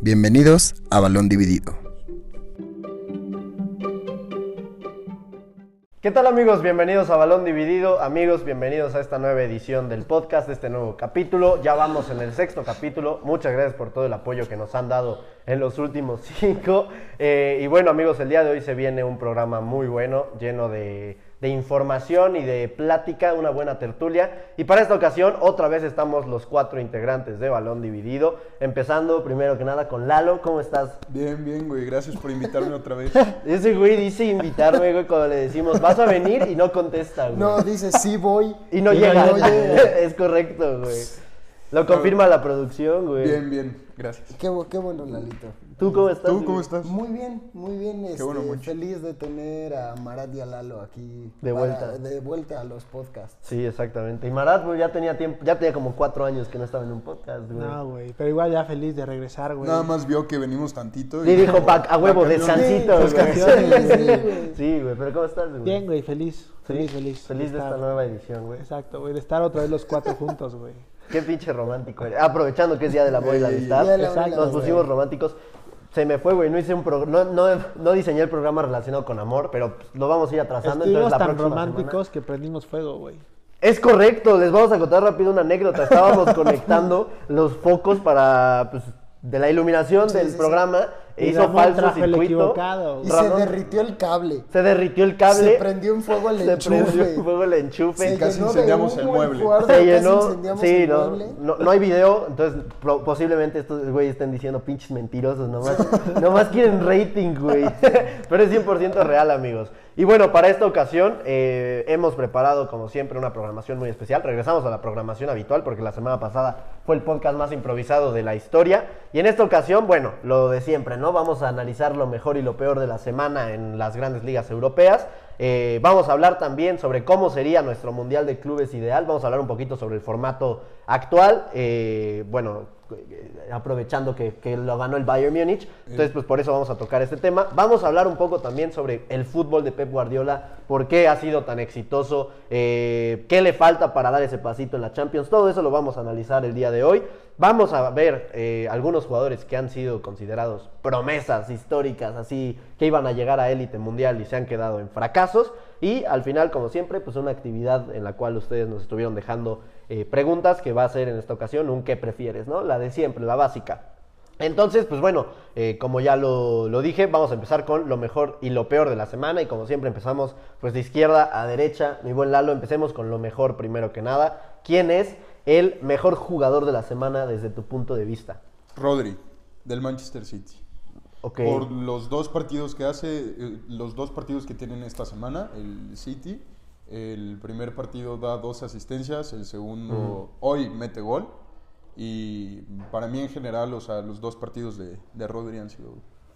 Bienvenidos a Balón Dividido. ¿Qué tal amigos? Bienvenidos a Balón Dividido. Amigos, bienvenidos a esta nueva edición del podcast, de este nuevo capítulo. Ya vamos en el sexto capítulo. Muchas gracias por todo el apoyo que nos han dado en los últimos cinco. Eh, y bueno amigos, el día de hoy se viene un programa muy bueno, lleno de, de información y de plática, una buena tertulia. Y para esta ocasión otra vez estamos los cuatro integrantes de Balón Dividido, empezando primero que nada con Lalo. ¿Cómo estás? Bien, bien, güey. Gracias por invitarme otra vez. Ese güey dice invitarme, güey, cuando le decimos, vas a venir y no contesta, güey. No, dice sí voy. y no llega. es correcto, güey. Lo confirma la producción, güey. Bien, bien. Gracias. Qué, bu- qué bueno, Lalito. ¿Tú cómo estás? ¿Tú cómo güey? estás? Muy bien, muy bien. este, bueno, Monchi. feliz de tener a Marat y a Lalo aquí. De vuelta. De vuelta a los podcasts. Sí, exactamente. Y Marat, güey, ya tenía tiempo, ya tenía como cuatro años que no estaba en un podcast, güey. No, güey, pero igual ya feliz de regresar, güey. Nada más vio que venimos tantito. Le dijo pa- a huevo, la canción. descansito, Sí, las güey. canciones, sí, güey. Sí, güey, pero ¿cómo estás, güey? Bien, güey, feliz, feliz, feliz. Feliz de esta estar- nueva edición, güey. Exacto, güey, de estar otra vez los cuatro juntos, güey. Qué pinche romántico. eres. Aprovechando que es Día del Amor y la Ey, Amistad. Día del Amor y la Exacto. Nos Amistad. pusimos románticos. Se me fue, güey. No hice un pro- no, no, no diseñé el programa relacionado con amor, pero pues, lo vamos a ir atrasando. Estuvimos entonces la tan próxima románticos semana- que prendimos fuego, güey. Es correcto. Les vamos a contar rápido una anécdota. Estábamos conectando los focos para pues, de la iluminación del sí, sí. programa. E Y hizo Ramón falso trajo el circuito. equivocado, güey. Y Ramón- se derritió el cable. se derritió el cable. Se prendió en fuego el se prendió enchufe. fuego el enchufe. Se casi llenó de incendiamos humo el mueble. cuarto, se casi llenó. incendiamos Sí, el no, mueble. no, no hay video, entonces pro- posiblemente estos güeyes estén diciendo pinches mentirosos, nomás, nomás quieren rating, güey. Pero es 100% real, amigos. Y bueno, para esta ocasión eh, hemos preparado, como siempre, una programación muy especial. Regresamos a la programación habitual porque la semana pasada fue el podcast más improvisado de la historia. Y en esta ocasión, bueno, lo de siempre, ¿no? Vamos a analizar lo mejor y lo peor de la semana en las grandes ligas europeas. Eh, vamos a hablar también sobre cómo sería nuestro Mundial de Clubes ideal. Vamos a hablar un poquito sobre el formato actual. Eh, bueno, eh, aprovechando que, que lo ganó el Bayern Múnich. Entonces, pues por eso vamos a tocar este tema. Vamos a hablar un poco también sobre el fútbol de Pep Guardiola. ¿Por qué ha sido tan exitoso? eh, ¿Qué le falta para dar ese pasito en la Champions? Todo eso lo vamos a analizar el día de hoy. Vamos a ver eh, algunos jugadores que han sido considerados promesas históricas, así que iban a llegar a élite mundial y se han quedado en fracasos. Y al final, como siempre, pues una actividad en la cual ustedes nos estuvieron dejando eh, preguntas que va a ser en esta ocasión un qué prefieres, ¿no? La de siempre, la básica. Entonces, pues bueno, eh, como ya lo, lo dije, vamos a empezar con lo mejor y lo peor de la semana. Y como siempre empezamos pues de izquierda a derecha. Mi buen Lalo, empecemos con lo mejor primero que nada. ¿Quién es el mejor jugador de la semana desde tu punto de vista? Rodri, del Manchester City. Ok. Por los dos partidos que hace, eh, los dos partidos que tienen esta semana, el City. El primer partido da dos asistencias, el segundo hoy mete gol. Y para mí en general, o sea, los dos partidos de, de Rodri han sido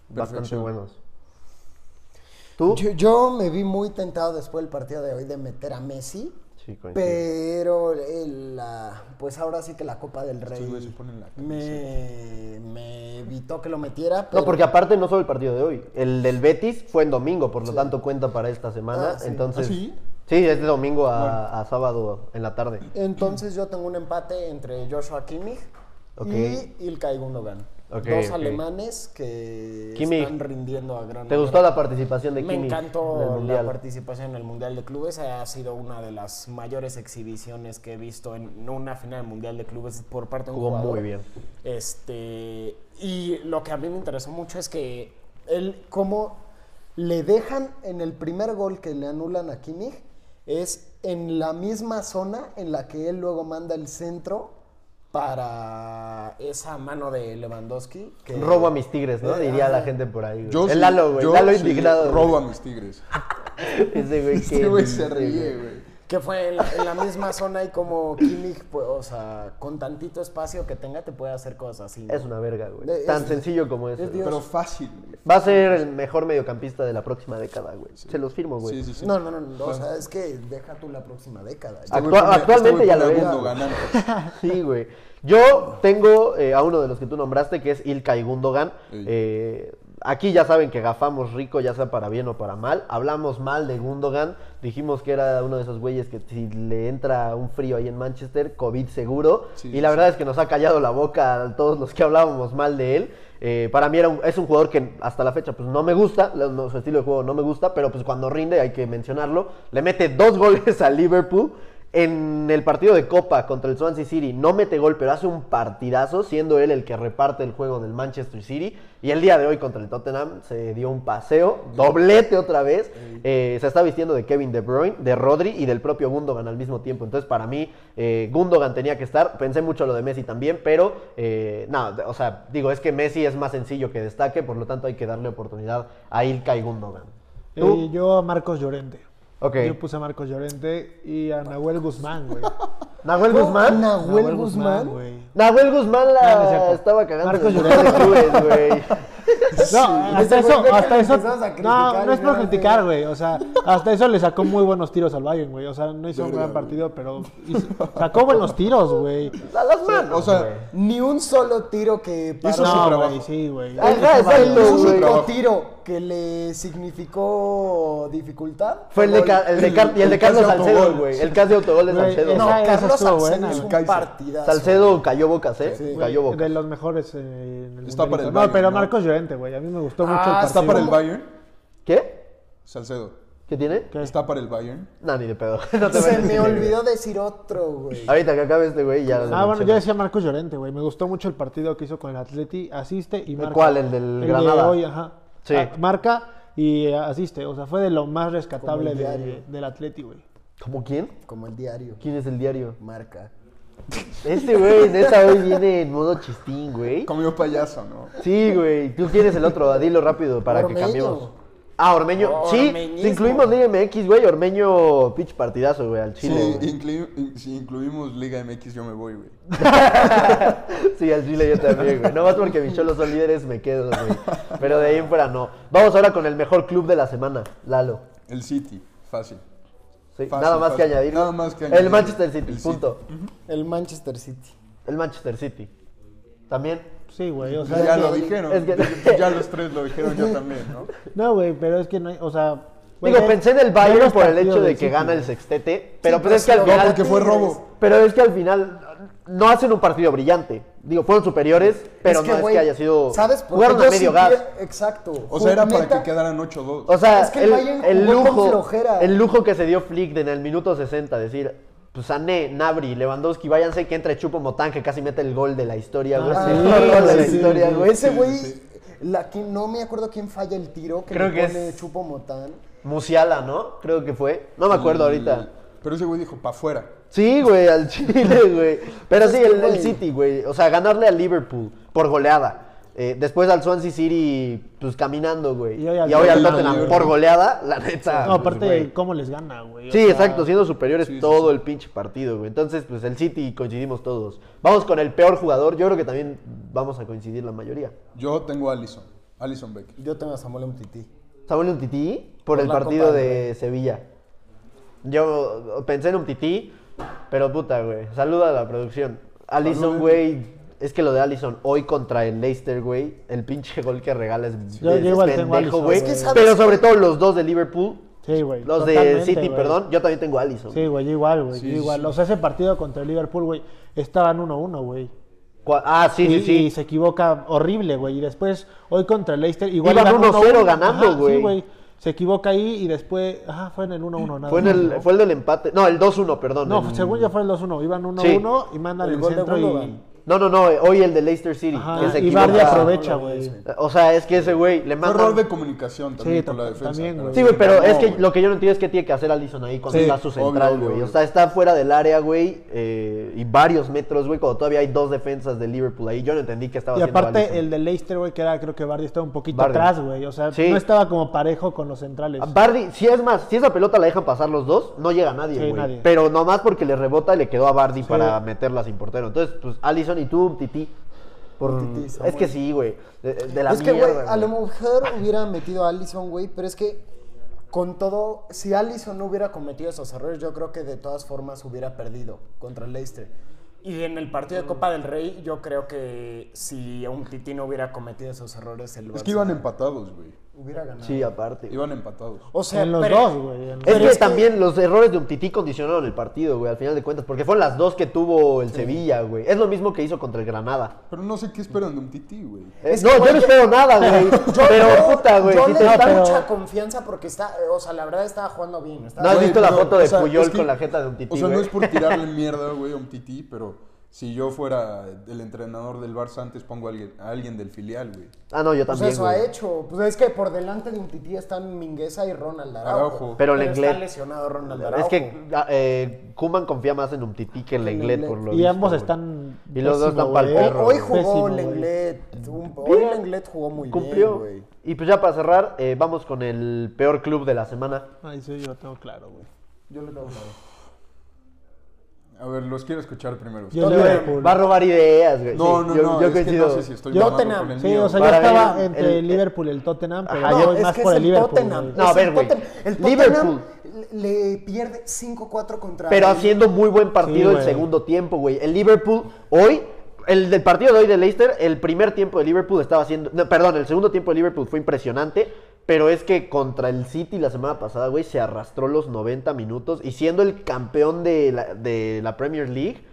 bastante perfección. buenos. ¿Tú? Yo, yo me vi muy tentado después del partido de hoy de meter a Messi. Sí, coincido. Pero el, la- pues ahora sí que la Copa del Rey Estos güeyes se ponen la me, me evitó que lo metiera. No, pero- porque aparte no solo el partido de hoy, el del Betis fue en domingo, por lo tanto cuenta para esta semana. Ah, sí. Entonces, ¿Ah, sí? sí, es de domingo a, a sábado en la tarde. Entonces yo tengo un empate entre Joshua Kimmich Ok. y Ilkay Gundogan. Ok, dos ok. alemanes que Kimmich. están rindiendo a gran ¿Te gustó la participación de Me Kimmich en el encantó la Mundial? participación en el Mundial de Clubes. Ha sido una de las mayores exhibiciones que he visto en una final del Mundial de Clubes por parte de un Jugó muy jugador. bien. Este, y lo que a mí me interesó mucho es que él, cómo le dejan en el primer gol que le anulan a Kimmich, es en la misma zona en la que él luego manda el centro para esa mano de Lewandowski. Que Robo a mis tigres, Eh, ¿no? Diría la gente por ahí. güey. Yo sí- el Lalo, güey. yo Lalo sí indignado. güey. Ah, Robo a mis tigres. Ese güey Este que- güey se ríe, güey. Que fue en la, en la misma zona y como Kimmich, pues, o sea, con tantito espacio que tenga te puede hacer cosas así. ¿no? Es una verga, güey. Es- Tan sencillo como eso. es güey. Dios. Pero fácil, güey. Va a ser el mejor mediocampista de la próxima década, güey. Se los firmo, güey. Sí, sí, sí. No, no, no, no, o sea, es que deja tú la próxima década. Ah, Yo- Este güey Actua- pone- actualmente este güey ya lo pone es. a Gundo ganando. Sí, güey. Yo tengo eh, a uno de los que tú nombraste, que es Ilkay Gundogan. Ey. Eh, Aquí ya saben que gafamos rico, ya sea para bien o para mal. Hablamos mal de Gundogan. Dijimos que era uno de esos güeyes que si le entra un frío ahí en Manchester, COVID seguro. Sí, y la sí. verdad es que nos ha callado la boca a todos los que hablábamos mal de él. Eh, para mí era un- es un jugador que hasta la fecha pues no me gusta, lo- no, su estilo de juego no me gusta, pero pues cuando rinde hay que mencionarlo. Le mete dos goles al Liverpool. En el partido de Copa contra el Swansea City no mete gol, pero hace un partidazo, siendo él el que reparte el juego del Manchester City. Y el día de hoy contra el Tottenham se dio un paseo, doblete otra vez. Eh, se está vistiendo de Kevin De Bruyne, de Rodri y del propio Gundogan al mismo tiempo. Entonces, para mí, eh, Gundogan tenía que estar. Pensé mucho lo de Messi también, pero eh, no, o sea, digo, es que Messi es más sencillo que destaque, por lo tanto hay que darle oportunidad a Ilka y Gundogan. ¿Tú? Y Eh, yo a Marcos Llorente. Ok. Yo pues, puse a Marcos Llorente y a Nahuel Guzmán, güey. ¿Nahuel Guzmán? Nahuel Guzmán. güey. Nahuel Guzmán la No, no es cierto. estaba cagando. Marcos en el Llorente. Mundial de clubes, güey. No, hasta ese eso, güey hasta eso. empezamos a criticar No, no es y por nada, criticar, güey. O sea, hasta eso le sacó muy buenos tiros al Bayern, güey. O sea, no hizo un Verga, gran partido, pero hizo- sacó buenos tiros, güey. A las manos. O sea, güey. Ni un solo tiro que Hizo paró. su No, trabajo. güey, sí, güey. Ajá, Hizo Ah, exacto, varios. El Hizo su único trabajo. tiro que le significó dificultad Fue el de, gol. Ca- el de Car- y el de El casi Carlos Salcedo, autogol. güey. El casi autogol de Güey, Salcedo. No, Esa- esa Carlos estuvo Salcedo buena, es güey. un Kaiser. partidazo. Salcedo cayó bocas, ¿eh? Cayó Güey, De bocas. los mejores eh, en el Está mundialito. para el No, Bayern, pero ¿no? Marcos Llorente, güey. A mí me gustó Ah, mucho el partido. está ¿Está para el Bayern? ¿Qué? Salcedo. ¿Qué tiene? ¿Qué? ¿Está para el Bayern? No, ni de pedo. No te Se vayas. me olvidó decir otro, güey. Ahorita que acabe este güey ya. lo Ah, bueno, menciono. yo decía Marcos Llorente, güey. Me gustó mucho el partido que hizo con el Atleti. Asiste y marca. cuál? ¿El del Granada? hoy, ajá. Sí. Ah, marca y eh, asiste. O sea, fue de lo más Como rescatable el de- diario. del Atleti, güey. ¿Cómo quién? Como el diario. ¿Quién es el diario? Marca. Este güey, neta, hoy viene en modo chistín, güey. Comió payaso, ¿no? Sí, güey. ¿Tú quién es el otro? Dilo rápido para que Ormeño. cambiemos. Ah, Ormeño. sí, Ormeñismo. si incluimos Liga MX, güey, Ormeño, pitch partidazo, güey, al Si, Chile. güey. inclu- in- si incluimos Liga MX, yo me voy, güey. Sí, al Chile yo también, güey. No más porque mis cholos son líderes, me quedo, güey. Pero de ahí en fuera no. Vamos ahora con el mejor club de la semana, Lalo. El City, fácil. Sí, Fácil, nada más fácil. que añadir. Nada más que añadir. El Manchester City, El City. punto. El Manchester City. El Manchester City. También. Sí, güey. O sea, Ya lo dijeron. es que- Ya los tres lo dijeron yo también, ¿no? No, güey, pero es que no hay, o sea... güey, Digo, ve- pensé en el ve los Bayern por el partidos hecho de del que City, gana el güey. sextete, pero Sí, pues es que al pero final... Porque fue Tigres. robo. Pero es que al final no hacen un partido brillante. Digo, fueron superiores, pero no es güey, que haya sido... ¿Sabes por Jugaron qué a yo medio sí gas. quiero- Exacto. O sea, era para Neta, que quedaran 8-2. O sea, Es que el, el Bayern el jugó con lujo, flojera. el lujo que se dio Flick en el minuto 60, decir, pues Sané, Nabri, Lewandowski, váyanse que entre Chupo Motán, que casi mete el gol de la historia, güey. Ah, El sí, gol de la sí, sí, historia, güey. Ese güey, la que- no me acuerdo quién falla el tiro que Creo le que pone es- Chupo Motán. Musiala, ¿no? Creo que fue. No me acuerdo ahorita. Pero ese güey dijo, pa' afuera. Sí, güey, al Chile, güey. Pero sí, Es que, el, el güey. City, güey. O sea, ganarle al Liverpool por goleada. Eh, después al Swansea City, pues caminando, güey. Y Y hoy al hoy al Tottenham, Tottenham Liverpool. por goleada, la neta. No, pues, aparte, güey. ¿cómo les gana, güey? O Sí, sea, exacto, siendo superiores sí, sí, todo el pinche partido, güey. Entonces, pues el City coincidimos todos. Vamos con el peor jugador, yo creo que también vamos a coincidir la mayoría. Yo tengo a Allison. Allison Becker. Yo tengo a Samuel Umtiti. Samuel Umtiti por, el la partido Copa de Sevilla. Yo pensé en Umtiti, pero puta, güey. Saluda a la producción. Allison, Saluden. güey. Es que lo de Allison hoy contra el Leicester, güey, el pinche gol que regala es, Yo- es yo igual tengo a pendejo, Alisson, güey. güey. Es que, ¿sabes? Pero sobre todo los dos de Liverpool, Sí, güey. los de totalmente, City, güey. perdón, yo también tengo a Allison. Sí, güey, yo igual, güey. Sí, yo sí, igual. sí. O sea, ese partido contra el Liverpool, güey, estaban 1-1, güey. Cua- Ah, sí, y, sí, sí. y se equivoca horrible, güey. Y después, hoy contra el Leicester, igual Iban iban 1-0 1-1. ganando, Ajá, güey. Sí, güey. Se equivoca ahí y después. Ajá, fue en el 1-1. nada Fue, en más, el, ¿no? fue el del empate. No, el 2-1, perdón. No, el- según ya fue el 2-1. Iban 1-1 y mandan El el, gol de centro y. Gundogan. No, no, no, eh, hoy el de Leicester City. Ajá, que se y Bardi equivoca. aprovecha, güey. O sea, es que ese güey le Fue manda. error de comunicación también Sí, con la tam- defensa. también, güey. Sí, güey, pero No, es que güey. lo que yo no entiendo es qué tiene que hacer Allison ahí cuando Sí, está su obvio, central, obvio, güey. O obvio. sea, está fuera del área, güey, eh, y varios metros, güey, cuando todavía hay dos defensas de Liverpool ahí. Yo no entendí qué estaba Y haciendo. aparte, Alisson. el de Leicester, güey, que era, creo que Bardi estaba un poquito Bardi. atrás, güey. O sea, Sí. no estaba como parejo con los centrales. A Bardi, si es más, si esa pelota la dejan pasar los dos, no llega nadie, Sí, güey. nadie. Pero nomás porque le rebota y le quedó a Bardi para meterla sin portero. Entonces, pues, Allison y tú, Titi. Por... Titi, es Samuel. que sí, güey. De, de la es que, güey, mierda, a lo mejor hubiera metido a Allison, güey, pero es que con todo, si Allison no hubiera cometido esos errores, yo creo que de todas formas hubiera perdido contra el Leicester. Y en el partido de Copa del Rey, yo creo que si un Titi no hubiera cometido esos errores, el Es Barça que iban empatados, güey. hubiera ganado. Sí, aparte. güey. Iban empatados. O sea, en los pero- dos, güey. en- Es Pero que es que- también los errores de Umtiti condicionaron el partido, güey, al final de cuentas, porque fueron las dos que tuvo el Sevilla, güey. Es lo mismo que hizo contra el Granada. Pero no sé qué esperan de un tití, güey. Eh, Es no, que, yo no güey, espero nada, güey. pero creo- puta, güey. Yo si le te da están- mucha confianza porque está, eh, o sea, la verdad estaba jugando bien. estaba- ¿No has Güey, visto la no, foto o de sea, Puyol es que- con la jeta de Umtiti, O sea, no güey? es por tirarle mierda, güey, a un tití, pero si yo fuera el entrenador del Barça, antes pongo a alguien, a alguien del filial, güey. Ah, no, yo Pues también, eso güey. ha hecho. Pues es que por delante de un tití están Mingueza y Ronald Araujo. Araujo. Pero el está inglés- lesionado Ronald Araujo. Es que ah, eh, Kuman confía más en Umtiti que en Lenglet, por lo y visto, ambos güey. están. eh. Y los dos están pa'l güey. perro, Hoy güey. Pésimo, jugó güey. Lenglet. un- Hoy Bien. Lenglet jugó muy Cumplió. bien, güey. y pues ya para cerrar, eh, vamos con el peor club de la semana. Ay, sí, yo lo tengo claro, güey. Yo le doy una. A ver, los quiero escuchar primero. Yo le Güey, Liverpool. Va a robar ideas, güey. No, Sí, no, yo, no, yo es que coincido. no sé si estoy Yo mamando Tottenham, con el Sí, mío. o sea, yo Para mí, estaba entre el- el Liverpool y el Tottenham, pero Ajá, yo yo- voy es más que por es el Liverpool. Tottenham. güey. No, Es a el ver, güey. Tottenham. El Tottenham Liverpool. le pierde 5-4 contra Pero el- haciendo muy buen partido Sí, el güey. segundo tiempo, güey. El Liverpool hoy, el del partido de hoy de Leicester, el primer tiempo de Liverpool estaba haciendo. no, perdón, el segundo tiempo de Liverpool fue impresionante. Pero es que contra el City la semana pasada, güey, se arrastró los 90 minutos. Y siendo el campeón de la, de la Premier League,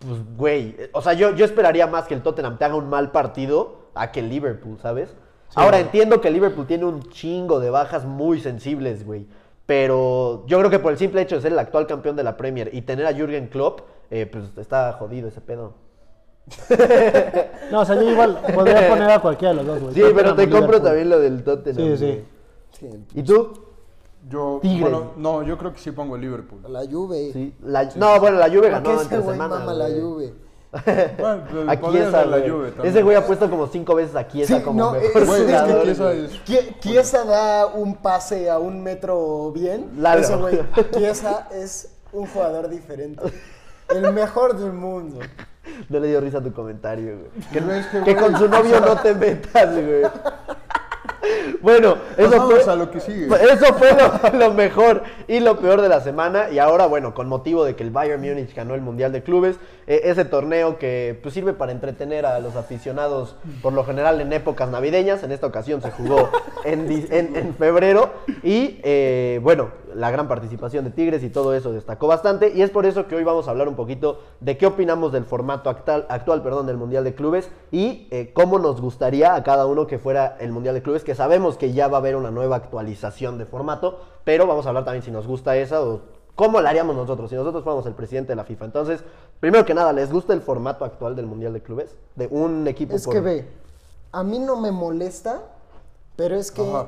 pues, güey. eh, O sea, yo, yo esperaría más que el Tottenham te haga un mal partido a que el Liverpool, ¿sabes? Ahora entiendo que el Liverpool tiene un chingo de bajas muy sensibles, güey. Pero yo creo que por el simple hecho de ser el actual campeón de la Premier y tener a Jürgen Klopp, eh, pues está jodido ese pedo. No, o sea, yo igual podría poner a cualquiera de los dos, güey. Sí, pero Tottenham te o compro Liverpool. también lo del Tottenham. Sí, sí. güey. Sí, ¿Y tú? Yo, Tigres. bueno, no, yo creo que sí pongo el Liverpool. la Juve. Sí, la- no, bueno, la Juve ¿Por qué ganó ese entre güey semana. mama la güey. Juve? Bueno, pues, Aquí podría esa, ser la güey. Juve también. Ese güey ha puesto como cinco veces aquí esa Sí, como no, mejor es- Güey, es que jugador, Chiesa güey. es... Qui- Chiesa da un pase a un metro bien. Lalo. Ese güey, Chiesa es un jugador diferente. El mejor del mundo. No le dio risa a tu comentario, güey. Que, Pero es que, que güey, con su novio no te metas, güey. Bueno, eso Pasamos fue, a lo que sigue. eso fue lo, lo mejor y lo peor de la semana. Y ahora, bueno, con motivo de que el Bayern Múnich ganó el Mundial de Clubes, eh, ese torneo que pues, sirve para entretener a los aficionados, por lo general en épocas navideñas, en esta ocasión se jugó en, di- en- en febrero. Y eh, bueno, la gran participación de Tigres y todo eso destacó bastante. Y es por eso que hoy vamos a hablar un poquito de qué opinamos del formato actual, actual perdón, del Mundial de Clubes y eh, cómo nos gustaría a cada uno que fuera el Mundial de Clubes, que sabemos que ya va a haber una nueva actualización de formato, pero vamos a hablar también si nos gusta esa o cómo la haríamos nosotros, si nosotros fuéramos el presidente de la FIFA. Entonces, primero que nada, ¿les gusta el formato actual del Mundial de Clubes? De un equipo Es por- que ve, a mí no me molesta, pero es que Ajá.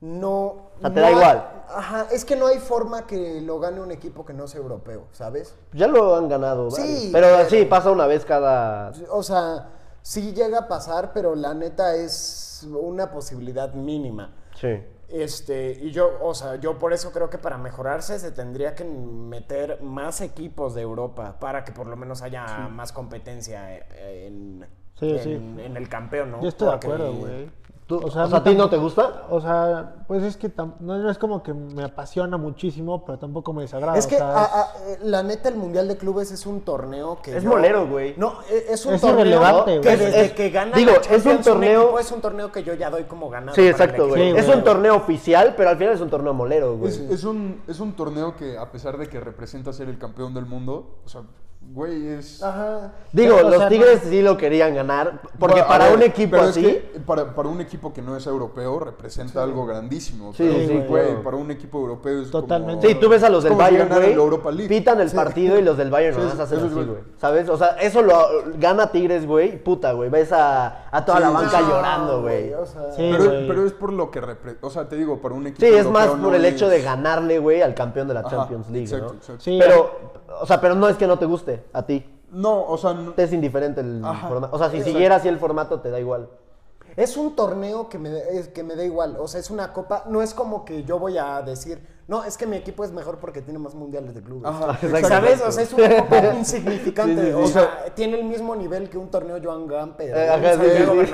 no. O sea, te no da hay- igual. Ajá, es que no hay forma que lo gane un equipo que no sea europeo, ¿sabes? Ya lo han ganado, Sí, varios, pero claro. sí, pasa una vez cada... O sea, sí llega a pasar, pero la neta es una posibilidad mínima. Sí. Este, y yo, o sea, yo por eso creo que para mejorarse se tendría que meter más equipos de Europa para que por lo menos haya más competencia eh, en, Sí, en, sí. en el campeón, ¿no? Yo estoy de Porque- acuerdo, güey. Tú- O sea, o sea, ¿a no ti tam- no te gusta? O sea, pues es que tam- no, no es como que me apasiona muchísimo, pero tampoco me desagrada. Es que Ah, o ah, sea, a- a- eh, la neta el Mundial de Clubes es un torneo que Es yo- molero, güey. No, e- es un Es torneo irrelevante, que güey. desde Es- que gana digo, la es un Champions, torneo- equipo es un torneo que yo ya doy como ganado. Sí, para el exacto, equipo. güey. Sí, es güey. un torneo oficial, pero al final es un torneo molero, güey. Es, Pues, es un, es un torneo que, a pesar de que representa ser el campeón del mundo, o sea, güey, es... Ah, Ajá. Digo, Pero, o los sea, no- Tigres sí lo querían ganar, porque Bueno, a para ver, un equipo pero es así... que para, para un equipo que no es europeo representa algo grandísimo. Sí, pero, sí, güey, claro. para un equipo europeo es Totalmente. como... Sí, tú ves a los del como si Bayern, ganara güey, la Europa League. pitan el partido y los del Bayern Sí, nomás hacen eso es así, bueno. güey. ¿Sabes? O sea, eso lo gana Tigres, güey, puta, güey. Ves a, a toda Sí, la banca no, llorando, güey. O sea, sí, Pero, güey. pero es por lo que... repre- O sea, te digo, para un equipo Sí, es europeo más no por el hecho de es- ganarle, güey, al campeón de la Ajá, Champions League, exacto, ¿no? exacto. Sí, Pero, o sea, pero no es que no te guste a ti. No, o sea... no- Te es indiferente el Ajá, formato. O sea, si exacto. siguiera así el formato, te da igual. Es un torneo que me, es- que me da igual, o sea, es una copa, no es como que yo voy a decir, no, es que mi equipo es mejor porque tiene más mundiales de clubes. Ajá, exacto. ¿Sabes? O sea, es una copa insignificante, Sí, sí, sí. o sea, tiene el mismo nivel que un torneo Joan Gamper. Eh, ajá, sí, Santiago sí, sí.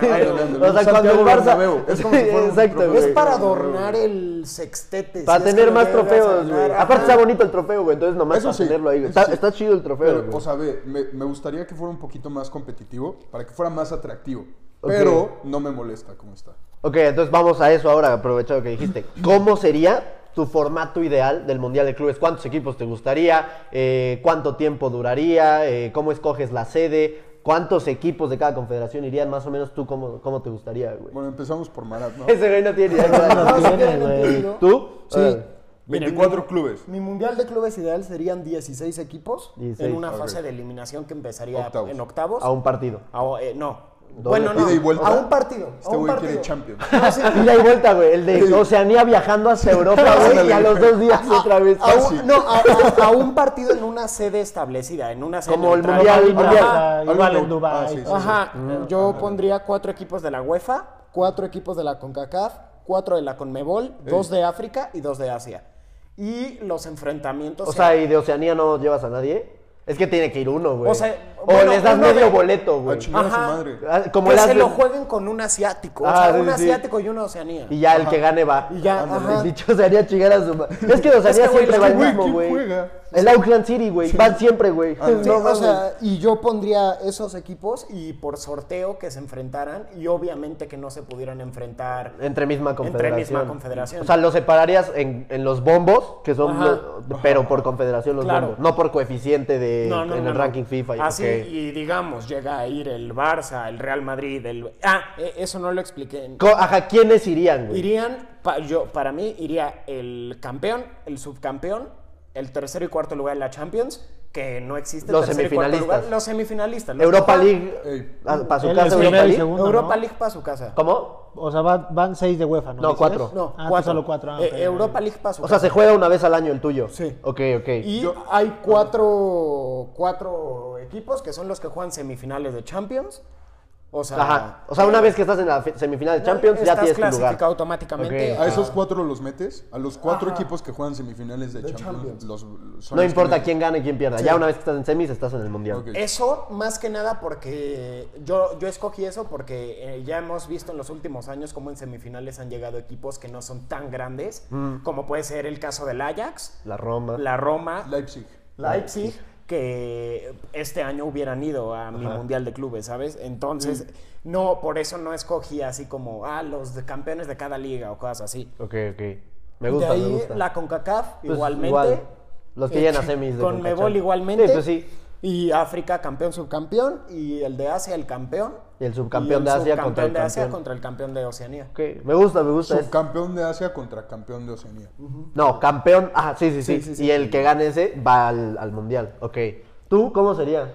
O Bernabéu. sea, cuando el Santiago Bernabéu, Barça. es como si fuera un Exacto, trofeo. güey. Es para adornar el sextete. Para si es que tener lo más llegas a trofeos, ganar, güey. ajá. Aparte está bonito el trofeo, güey. Entonces nomás Eso para sí, tenerlo ahí, güey. eso Está, sí. está chido el trofeo, Pero, güey. o sea, ve, me, me gustaría que fuera un poquito más competitivo para que fuera más atractivo. Pero no me molesta como está. Ok, entonces vamos a eso ahora, aprovechado que dijiste. ¿Cómo sería tu formato ideal del Mundial de Clubes? ¿Cuántos equipos te gustaría? Eh, ¿Cuánto tiempo duraría? Eh, ¿Cómo escoges la sede? ¿Cuántos equipos de cada confederación irían? Más o menos tú, ¿cómo, cómo te gustaría, güey? Bueno, empezamos por Marat, ¿no? Ese güey no tiene idea. No, claro. si quieren tiene, güey. empiezo yo. ¿Tú? Sí. Eh, 24 clubes. Mi mundial de clubes ideal serían 16 equipos 16, en una ok. fase de eliminación que empezaría Octavos. en octavos. a un partido. A- eh, no. Bueno, no. Ida y vuelta. A un partido. a Este un güey partido. quiere Champions. No, sí. Ida y vuelta, güey. El de Oceanía viajando hacia Europa, güey. Y a los dos días otra vez. A Ah, sí. un, no, a, a- a un partido en una sede establecida, en una sede Como el neutral. Mundial, Mm. Mundial, el Mundial. Ajá, Algo igual de- en Dubai. Ah, sí, sí. Ajá, eh, yo pondría cuatro equipos de la UEFA, cuatro equipos de la CONCACAF, cuatro de la CONMEBOL, dos de África y dos de Asia. Y los enfrentamientos... O sea, y de Oceanía no llevas a nadie. Es que tiene que ir uno, güey. O O, sea, bueno, les das uno de- medio boleto, A güey. chingar a su Ajá. madre. Ah, Como que el se Atlas- lo jueguen con un asiático, o Ah, sea, sí, un sí, sí. asiático y una Oceanía. Y ya el que gane va. Y ya, Ándale. ajá. El dicho sería chingar a su madre. Es que Oceanía Es que, güey, siempre es va que, el güey, mismo, ¿quién güey. juega? El Auckland City, güey. Van siempre, güey. Sí, No o mames. sea, y yo pondría esos equipos y por sorteo que se enfrentaran y obviamente que no se pudieran enfrentar Entre misma Entre confederación. misma confederación. O sea, los separarías en, en los bombos, que son. Ajá. los- pero por confederación los Claro. bombos. No por coeficiente de, No, no, en no, el no. ranking FIFA. y- Así, ok. y digamos, llega a ir el Barça, el Real Madrid, el... Ah, e- eso no lo expliqué. Co- Ajá, ¿quiénes irían, güey? Irían, pa- yo, para mí, iría el campeón, el subcampeón, el tercero y cuarto lugar de la Champions, que no existe. Los tercero y cuarto semifinalistas. lugar, los semifinalistas. los Europa que juegan- League. ah, Ey. Para su El casa, primero Europa y League. segundo. uno, Europa ¿no? League para su casa. ¿Cómo? O sea, va- van seis de UEFA, ¿no? No, dices? cuatro. No, Ah, cuatro. solo cuatro. ah, Eh, ok, ok. Europa League para su O sea, casa. se juega una vez al año el tuyo. Sí. Ok, ok. Y hay cuatro, cuatro equipos que son los que juegan semifinales de Champions. O sea, Ajá. O sea, una vez que estás en la fe- semifinal de Champions, ya estás tienes tu clasificado lugar. automáticamente. Ok. A esos cuatro los metes. A los cuatro equipos que juegan semifinales de, De Champions. Champions. los- los- son No los importa que quién gane y quién pierda. Ya una vez que estás en semis, estás en el mundial. Ok. Eso más que nada porque yo, yo escogí eso porque eh, ya hemos visto en los últimos años cómo en semifinales han llegado equipos que no son tan grandes, como puede ser el caso del Ajax, Mm. La Roma. la Roma, meten. Leipzig. Leipzig, que este año hubieran ido a mi Mundial de Clubes, ¿sabes? Entonces, no, por eso no escogí así como, ah, los de campeones de cada liga o cosas así. Ok, ok. Me gusta, de ahí me gusta. la CONCACAF Pues, igualmente. igual. Los que Eh, llegan a semis de Con CONCACHAMP. Mebol igualmente. Sí, pues sí. Y África campeón, subcampeón. Y el de Asia, el campeón. Y el subcampeón de Asia contra el subcampeón de Asia campeón. contra el campeón de Oceanía. Ok, Me gusta, me gusta. Es- Subcampeón de Asia contra campeón de Oceanía. No, campeón. Ah, sí, sí, sí. Sí, sí, sí. Y el que gane ese va al, al mundial. Ok. ¿Tú cómo sería?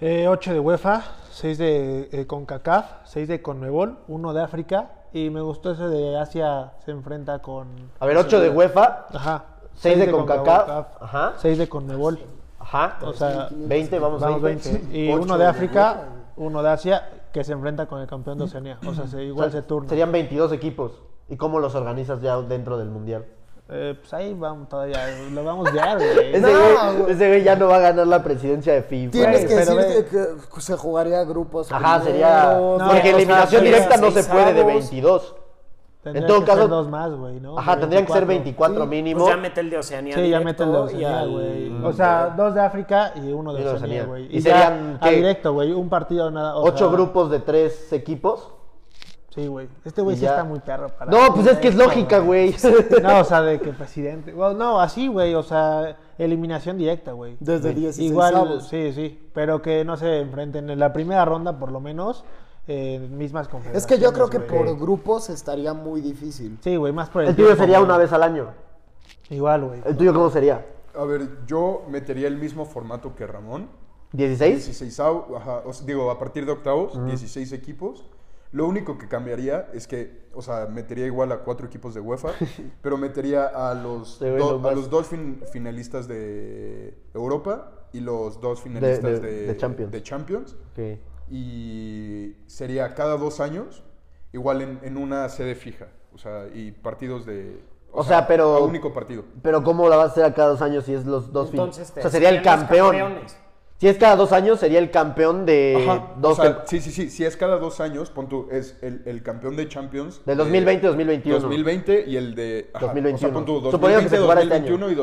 Eh, ocho de UEFA, seis de eh, CONCACAF, seis de CONMEBOL, uno de África. Y me gustó ese de Asia se enfrenta con... A ver, eh, 8 de UEFA. Ajá. Seis seis de CONCACAF, ajá. seis de CONMEBOL. Ajá. O sea, 20, vamos, Vamos 20. 20. Y Ocho uno de de África, uno de Asia, que se enfrenta con el campeón de Oceanía. O sea, se- igual se turna. Serían 22 equipos. ¿Y cómo los organizas ya dentro del mundial? Eh, pues ahí vamos todavía, lo vamos a guiar, Eh, güey. Ese, No, güey, ese güey ya no va a ganar la presidencia de FIFA. Tienes Güey, que pero decirte que se jugaría grupos. Ajá, sería. primeros, No, porque o sea, eliminación sería directa no se puede de seisavos. 22. Tendría en todo que ser caso- dos más, güey, ¿no? Ajá, De tendrían que ser 24. 24 Sí, mínimo. pues ya mete el de Oceanía. Sí, ya directo mete el de y Oceanía, al- Mm. güey. O sea, dos de África y uno Y de de Oceanía. Oceanía, güey. ¿Y ya serían a qué? directo, güey, un partido nada. o Ocho sea, grupos de tres equipos. Sí, güey. Este güey y sí ya. está muy perro para. No, pues es que es lógica, güey. No, o sea, de que presidente. Bueno, no, así, güey, o sea, eliminación directa, güey. Desde 16 Igual, sí, sí, pero que no se enfrenten en la primera ronda, por lo menos, eh, mismas Es confederaciones. que yo creo que güey. por grupos estaría muy difícil. Sí, güey, más por el. El tuyo tiempo, sería güey. una vez al año. Igual, güey. ¿El tuyo cómo sería? A ver, yo metería el mismo formato que Ramón. ¿16? 16 ajá, o sea, digo, a partir de octavos, 16 equipos. Lo único que cambiaría es que, o sea, metería igual a cuatro equipos de UEFA, pero metería a los, Se ve do- lo a más- los dos fin- finalistas de Europa y los dos finalistas de, de Champions. de Champions. Ok. Y sería cada dos años Igual en, en una sede fija, o sea, y partidos de... O sea, pero- a único partido. Pero ¿cómo la vas a hacer a cada dos años si es los dos fin- Entonces, O sea, sería el serían los campeón. campeones. Si es cada dos años, sería el campeón de Ajá, o dos sea, tem- sí, sí, sí, si es cada dos años, pon tú, es el, el campeón de Champions... Del de- 2020-2021. 2020 y el de... ajá, O sea, 2021. pon tú, Suponiendo que se 2020, jugara este año. Ah. 2021 y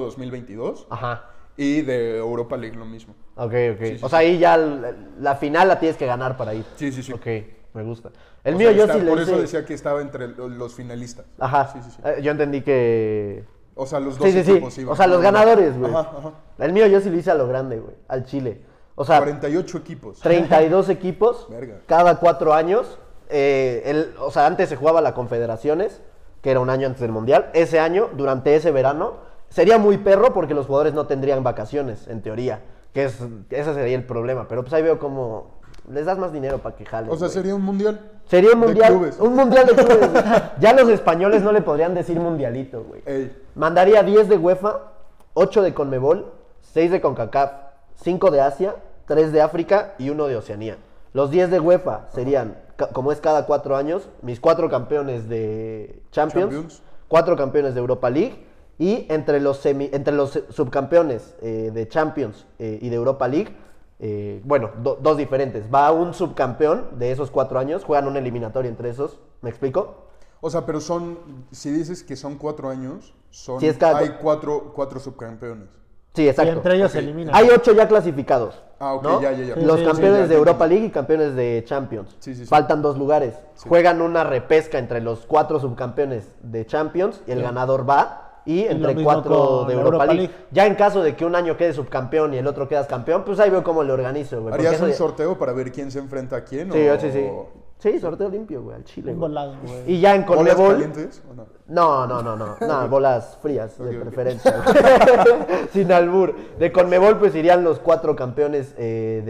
2021-2022. Ajá. Y de Europa League lo mismo. Ok, ok. Sí, sí, o sea, ahí ya la, la final la tienes que ganar para ir. Sí, sí, sí. Ok, me gusta. El O mío sea, yo está- sí le Por hice... eso decía que estaba entre lo- los finalistas. Ajá. Sí, sí, sí. Eh, Yo entendí que... O sea, los dos Sí, sí, equipos sí. iban. O sea, los ganadores, güey. Ajá, ajá. El mío yo sí lo hice a lo grande, güey. Al Chile. O sea, 48 equipos. 32 equipos Verga. cada cuatro años. Eh, el- o sea, antes se jugaba la Confederaciones, que era un año antes del Mundial. Ese año, durante ese verano, sería muy perro porque los jugadores no tendrían vacaciones, en teoría. Que es, ese sería el problema. Pero pues ahí veo como... Les das más dinero para que jalen. O sea, güey. sería un mundial. Sería un de mundial. clubes. Un mundial de clubes. güey. ya los españoles no le podrían decir mundialito, güey. Ey, Mandaría 10 de UEFA, 8 de CONMEBOL, 6 de CONCACAF, 5 de Asia, 3 de África y 1 de Oceanía. Los 10 de UEFA serían, ca- como es cada 4 años, mis 4 campeones de Champions, Champions. 4 campeones de Europa League y entre los, semi- entre los eh, subcampeones eh, de Champions eh, y de Europa League, eh, bueno, do- dos diferentes. Va un subcampeón de esos 4 años, juegan un eliminatorio entre esos, ¿me explico? O sea, pero son. Si dices que son cuatro años, son. Sí, es cada- Hay cuatro, cuatro subcampeones. Sí, exacto. Y entre ellos Ok. se eliminan. Hay ocho ya clasificados. Ah, ok, ¿no? ya, ya, ya. Los Sí, sí, campeones sí, ya, de ya, Europa ya. League y campeones de Champions. Sí, sí, sí. Faltan dos lugares. Juegan una repesca entre los cuatro subcampeones de Champions y el ganador va. Y entre mismo cuatro con de la Europa, Europa League. League. Ya en caso de que un año quede subcampeón y el otro quedas campeón, pues ahí veo cómo lo organizo, güey. porque ¿Harías eso un ya- sorteo para ver quién se enfrenta a quién? Sí, o... sí, sí. Sí, sorteo limpio, güey, al Chile. Un güey. volado, güey. Y ya en ¿Bolas Conmebol. calientes o no? No, no, no, no. No, bolas frías, de ok. preferencia. Sin albur. De Conmebol, pues irían los cuatro campeones eh,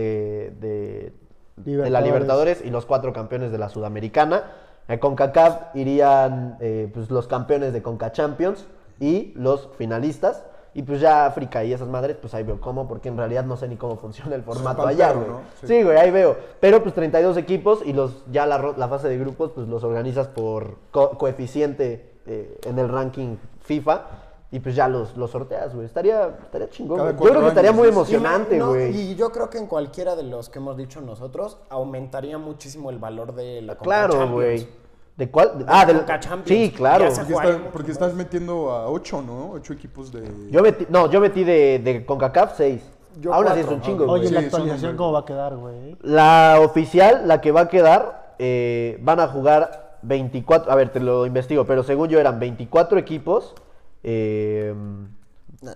de, de- de la Libertadores. Libertadores y los cuatro campeones de la Sudamericana. Eh, con CACAF irían eh, pues, los campeones de Conca Champions y los finalistas. Y pues ya África y esas madres, pues ahí veo cómo, porque en realidad no sé ni cómo funciona el formato pa'l allá, perro, güey. ¿no? Sí. Sí. güey, ahí veo. Pero pues 32 equipos y los ya la, ro- la fase de grupos, pues los organizas por co- coeficiente eh, en el ranking FIFA. Y pues ya los, los sorteas, güey. Estaría, estaría chingón. Cada güey. Yo cuatro creo que estaría años, muy dices. emocionante, Y no- güey. Y yo creo que en cualquiera de los que hemos dicho nosotros, aumentaría muchísimo el valor de la Conca Claro, Champions. güey. ¿De cuál? Ah, del. Conca Champions. Sí, claro. Ya se Porque, Jugar estás- mucho porque estás metiendo a ocho, ¿no? Ocho equipos de. Yo metí, no, yo metí de, de CONCACAF 6. Yo Ahora sí es cuatro. un chingo, güey. Oye, la Sí, son actualización, un- ¿cómo va a quedar, güey? La oficial, la que va a quedar, eh, van a jugar 24. A ver, te lo investigo, pero según yo eran 24 equipos. eh, Nah,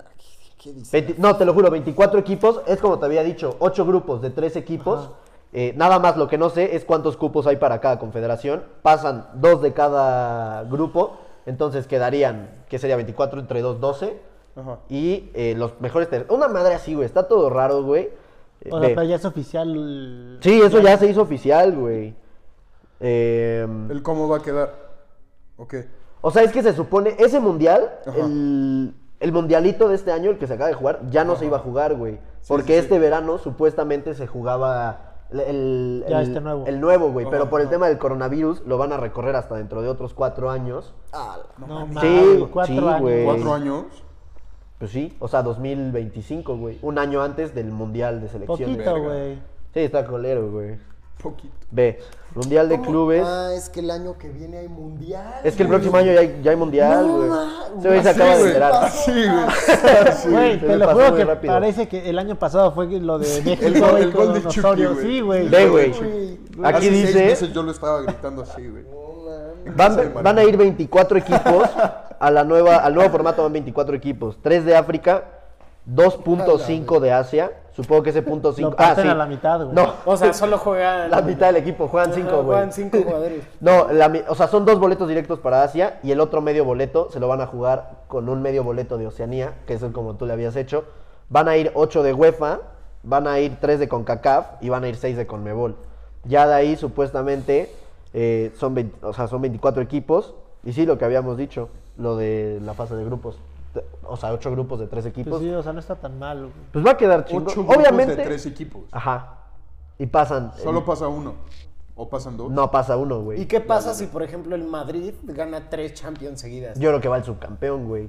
¿Qué dice? 20 no, te lo juro, 24 equipos. Es como te había dicho, 8 grupos de 3 equipos. eh, nada más lo que no sé es cuántos cupos hay para cada confederación. Pasan 2 de cada grupo. Entonces quedarían, que sería 24 entre 2, 12. Ajá. Y eh, los mejores. ter- Una madre así, güey. Está todo raro, güey. Eh, O sea, ve. pero ya es oficial. Sí, eso ya se hizo oficial, güey. Eh, El cómo va a quedar. Ok. o sea, es que se supone, ese mundial, Ajá. el, el mundialito de este año, el que se acaba de jugar, ya no se iba a jugar, güey. Porque sí, sí. este verano supuestamente se jugaba el, el- Ya el- este nuevo. el nuevo, güey. Pero Ajá, por el ajá. tema del coronavirus lo van a recorrer hasta dentro de otros cuatro años. Ah, No, Sí, mames, güey, cuatro sí, años. güey. Cuatro años. Pues sí, o sea, 2025, güey. Un año antes del mundial de selecciones. Poquito, Verga. güey. Sí, está colero, güey. Poquito. Ve, mundial de ¿cómo? clubes. Ah, es que el año que viene hay mundial. Es que el güey. próximo año ya hay, ya hay mundial, No, güey. ma- Se ve, se Así, acaba de güey. enterar. Así, güey. Güey, se te me lo pasó juro muy que rápido. parece que el año pasado fue lo de México el gol güey, con de Chucky, Osorio. güey. Sí, güey. Ve, güey. Güey, no Aquí Hace seis dice, meses yo lo estaba gritando así, güey. mames. Casa de van, Marco. van a ir 24 equipos a la nueva, al nuevo formato van 24 equipos. 3 de África, 2.5 de Asia. Supongo que ese punto 5... Ah, parten sí. a la mitad, güey. No, O sea, solo juegan. la mitad del equipo, juegan 5, Ajá, güey. Juegan cinco jugadores. No, la mi- o sea, son dos boletos directos para Asia y el otro medio boleto se lo van a jugar con un medio boleto de Oceanía, que es el como tú le habías hecho. Van a ir ocho de UEFA, van a ir tres de CONCACAF y van a ir seis de CONMEBOL. Ya de ahí, supuestamente, eh, son, 20 o sea, son 24 equipos. Y sí, lo que habíamos dicho, lo de la fase de grupos. Te- O sea, ocho grupos de tres equipos. Pues sí, o sea, no está tan mal, güey. Pues va a quedar chingón. Ocho grupos Obviamente. de tres equipos. Ajá. Y pasan. Solo pasa uno. ¿O pasan dos? Eh, No pasa uno, güey. ¿Y qué pasa si, por ejemplo, el Madrid gana tres Champions seguidas? Yo creo que va el subcampeón, güey.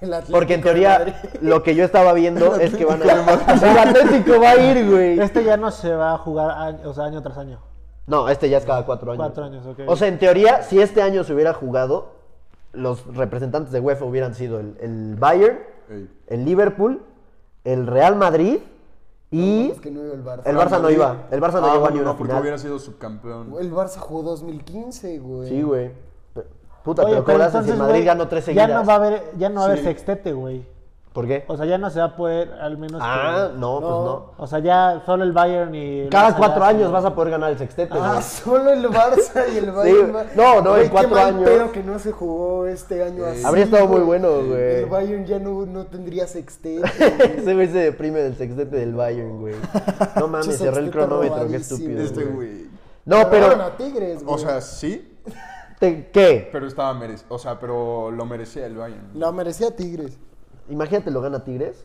El Atlético Porque en de Madrid. teoría, lo que yo estaba viendo es que van a. El Atlético va a ir, güey. Este ya no se va a jugar año, o sea, año tras año. No, este ya es cada cuatro años. Cuatro años, ok. O sea, en teoría, si este año se hubiera jugado, los representantes de UEFA hubieran sido el, el Bayern, Ey. el Liverpool, el Real Madrid y. Es que no iba el Barça. El Barça no iba. El Barça no Ah, llegó a bueno, ni una no, porque final. hubiera sido subcampeón. El Barça jugó 2015, güey. Sí, güey. Pe- Puta, Oye, pero ¿cómo le haces si el Madrid güey, ganó tres seguidas? Ya no va a haber, Pues, ya no va a haber Sí. sextete, güey. ¿Por qué? O sea, ya no se va a poder, al menos. ah, que- no, pues no. O sea, ya solo el Bayern y. el Cada Barça cuatro ya- años vas a poder ganar el sextete, Ah, güey. solo el Barça y el Bayern. va- No, no, Güey, en cuatro Qué mal años. Eh, pedo que no se jugó este año así. Habría estado muy güey. bueno, güey. El Bayern ya no, no tendría sextete. Ese güey se deprime del sextete del Bayern, güey. No mames, Pinche cerré el sextete cronómetro, qué robadísimo, estúpido. Este güey. güey. No, Ganaron pero. a Tigres, güey. O sea, sí, te- ¿Qué? pero estaba merec- O sea, pero lo merecía el Bayern. la merecía Tigres. Imagínate lo gana Tigres.